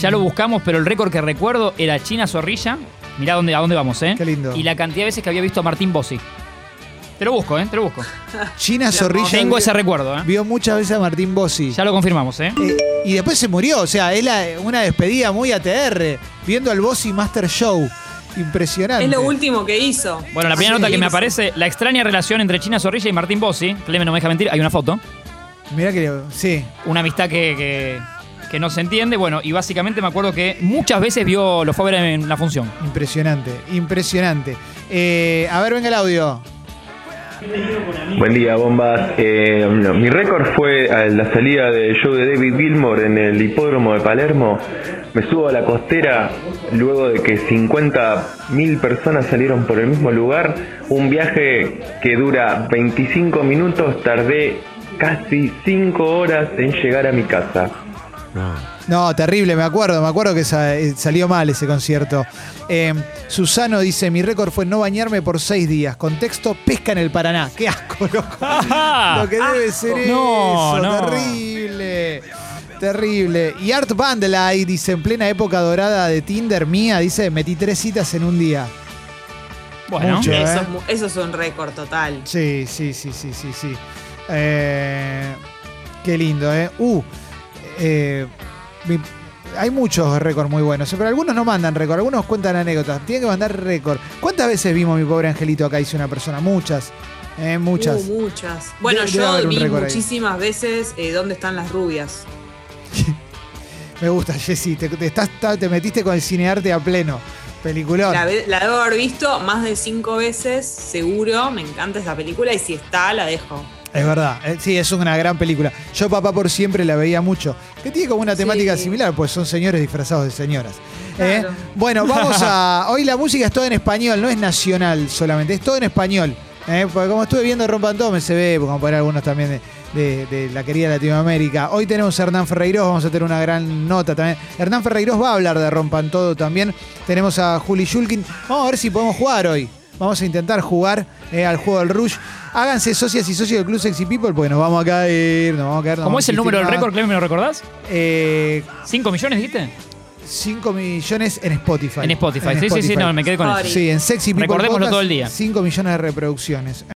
C: Ya lo buscamos, pero el récord que recuerdo era China Zorrilla. Mirá dónde, a dónde vamos, ¿eh? Qué lindo. Y la cantidad de veces que había visto a Martín Bossi. Te lo busco, ¿eh? Te lo busco.
A: China Zorrilla.
C: Tengo ese recuerdo, ¿eh?
A: Vio muchas veces a Martín Bossi.
C: Ya lo confirmamos, ¿eh?
A: y después se murió, o sea, es la- una despedida muy ATR, viendo al Bossi Master Show. Impresionante.
B: Es lo último que hizo.
C: Bueno, la primera
B: Sí.
C: nota que me aparece, la extraña relación entre China Zorrilla y Martín Bossi. Clemen, no me deja mentir, hay una foto.
A: Mirá que. Sí.
C: Una amistad que, que- que no se entiende. Bueno, y básicamente me acuerdo que muchas veces vio, lo fue a ver en la función.
A: Impresionante, impresionante. Eh, a ver, venga el audio.
E: Buen día, bombas. Eh, no, mi récord fue a la salida del show de David Gilmour en el hipódromo de Palermo. Me subo a la costera luego de que 50.000 personas salieron por el mismo lugar. Un viaje que dura 25 minutos. Tardé casi 5 horas en llegar a mi casa.
A: No, terrible, me acuerdo, me acuerdo que sa- eh, salió mal ese concierto. Eh, Susano dice, mi récord fue no bañarme por seis días. Contexto, pesca en el Paraná. Qué asco, loco. Lo que debe ser
C: Ah, No,
A: eso,
C: no.
A: terrible. Terrible. Y Art Bandelay dice, en plena época dorada de Tinder mía, dice, metí tres citas en un día.
C: Bueno.
A: Mucho,
B: eso,
A: ¿eh?
B: es mu- eso es un récord total.
A: Sí, sí, sí, sí, sí, sí. Eh, qué lindo, ¿eh? Uh, eh, mi- hay muchos récords muy buenos, pero algunos no mandan récord, algunos cuentan anécdotas. Tienen que mandar récord. ¿Cuántas veces vimos mi pobre angelito acá? Hice una persona, muchas, eh, muchas.
B: Uh, muchas. Bueno,
A: Debe- debe haber
B: yo
A: un
B: vi
A: récord ahí.
B: muchísimas veces eh, dónde están las rubias.
A: Me gusta, Jessy, te, te estás- ta- te metiste con el cinearte a pleno. Peliculón.
B: La, ve- la debo haber visto más de cinco veces, seguro. Me encanta esa película y si está, la dejo.
A: Es verdad, eh, sí, es una gran película. Yo, papá, por siempre la veía mucho. Que tiene como una temática similar, pues son señores disfrazados de señoras. ¿eh? Bueno, vamos a. Hoy la música es toda en español, no es nacional solamente, es todo en español. ¿eh? Porque como estuve viendo Rompan Todo, me se ve, pues como poner algunos también de, de- de la querida Latinoamérica. Hoy tenemos a Hernán Ferreiros, vamos a tener una gran nota también. Hernán Ferreiros va a hablar de Rompan Todo también. Tenemos a Juli Shulkin. Vamos a ver si podemos jugar hoy. Vamos a intentar jugar eh, al juego del Rush. Háganse socias y socios del Club Sexy People porque nos vamos a caer, nos vamos a caer. nos
C: ¿Cómo
A: vamos
C: es el
A: a
C: número del
A: lastimar.
C: récord, Clemen, me lo recordás?
A: Eh,
C: ¿Cinco millones, dijiste?
A: 5 millones en Spotify.
C: En Spotify. Sí, sí, sí, no, me quedé con eso.
A: Sí, en Sexy People
C: Recordémoslo
A: Podcast,
C: todo el día.
A: 5 millones de reproducciones.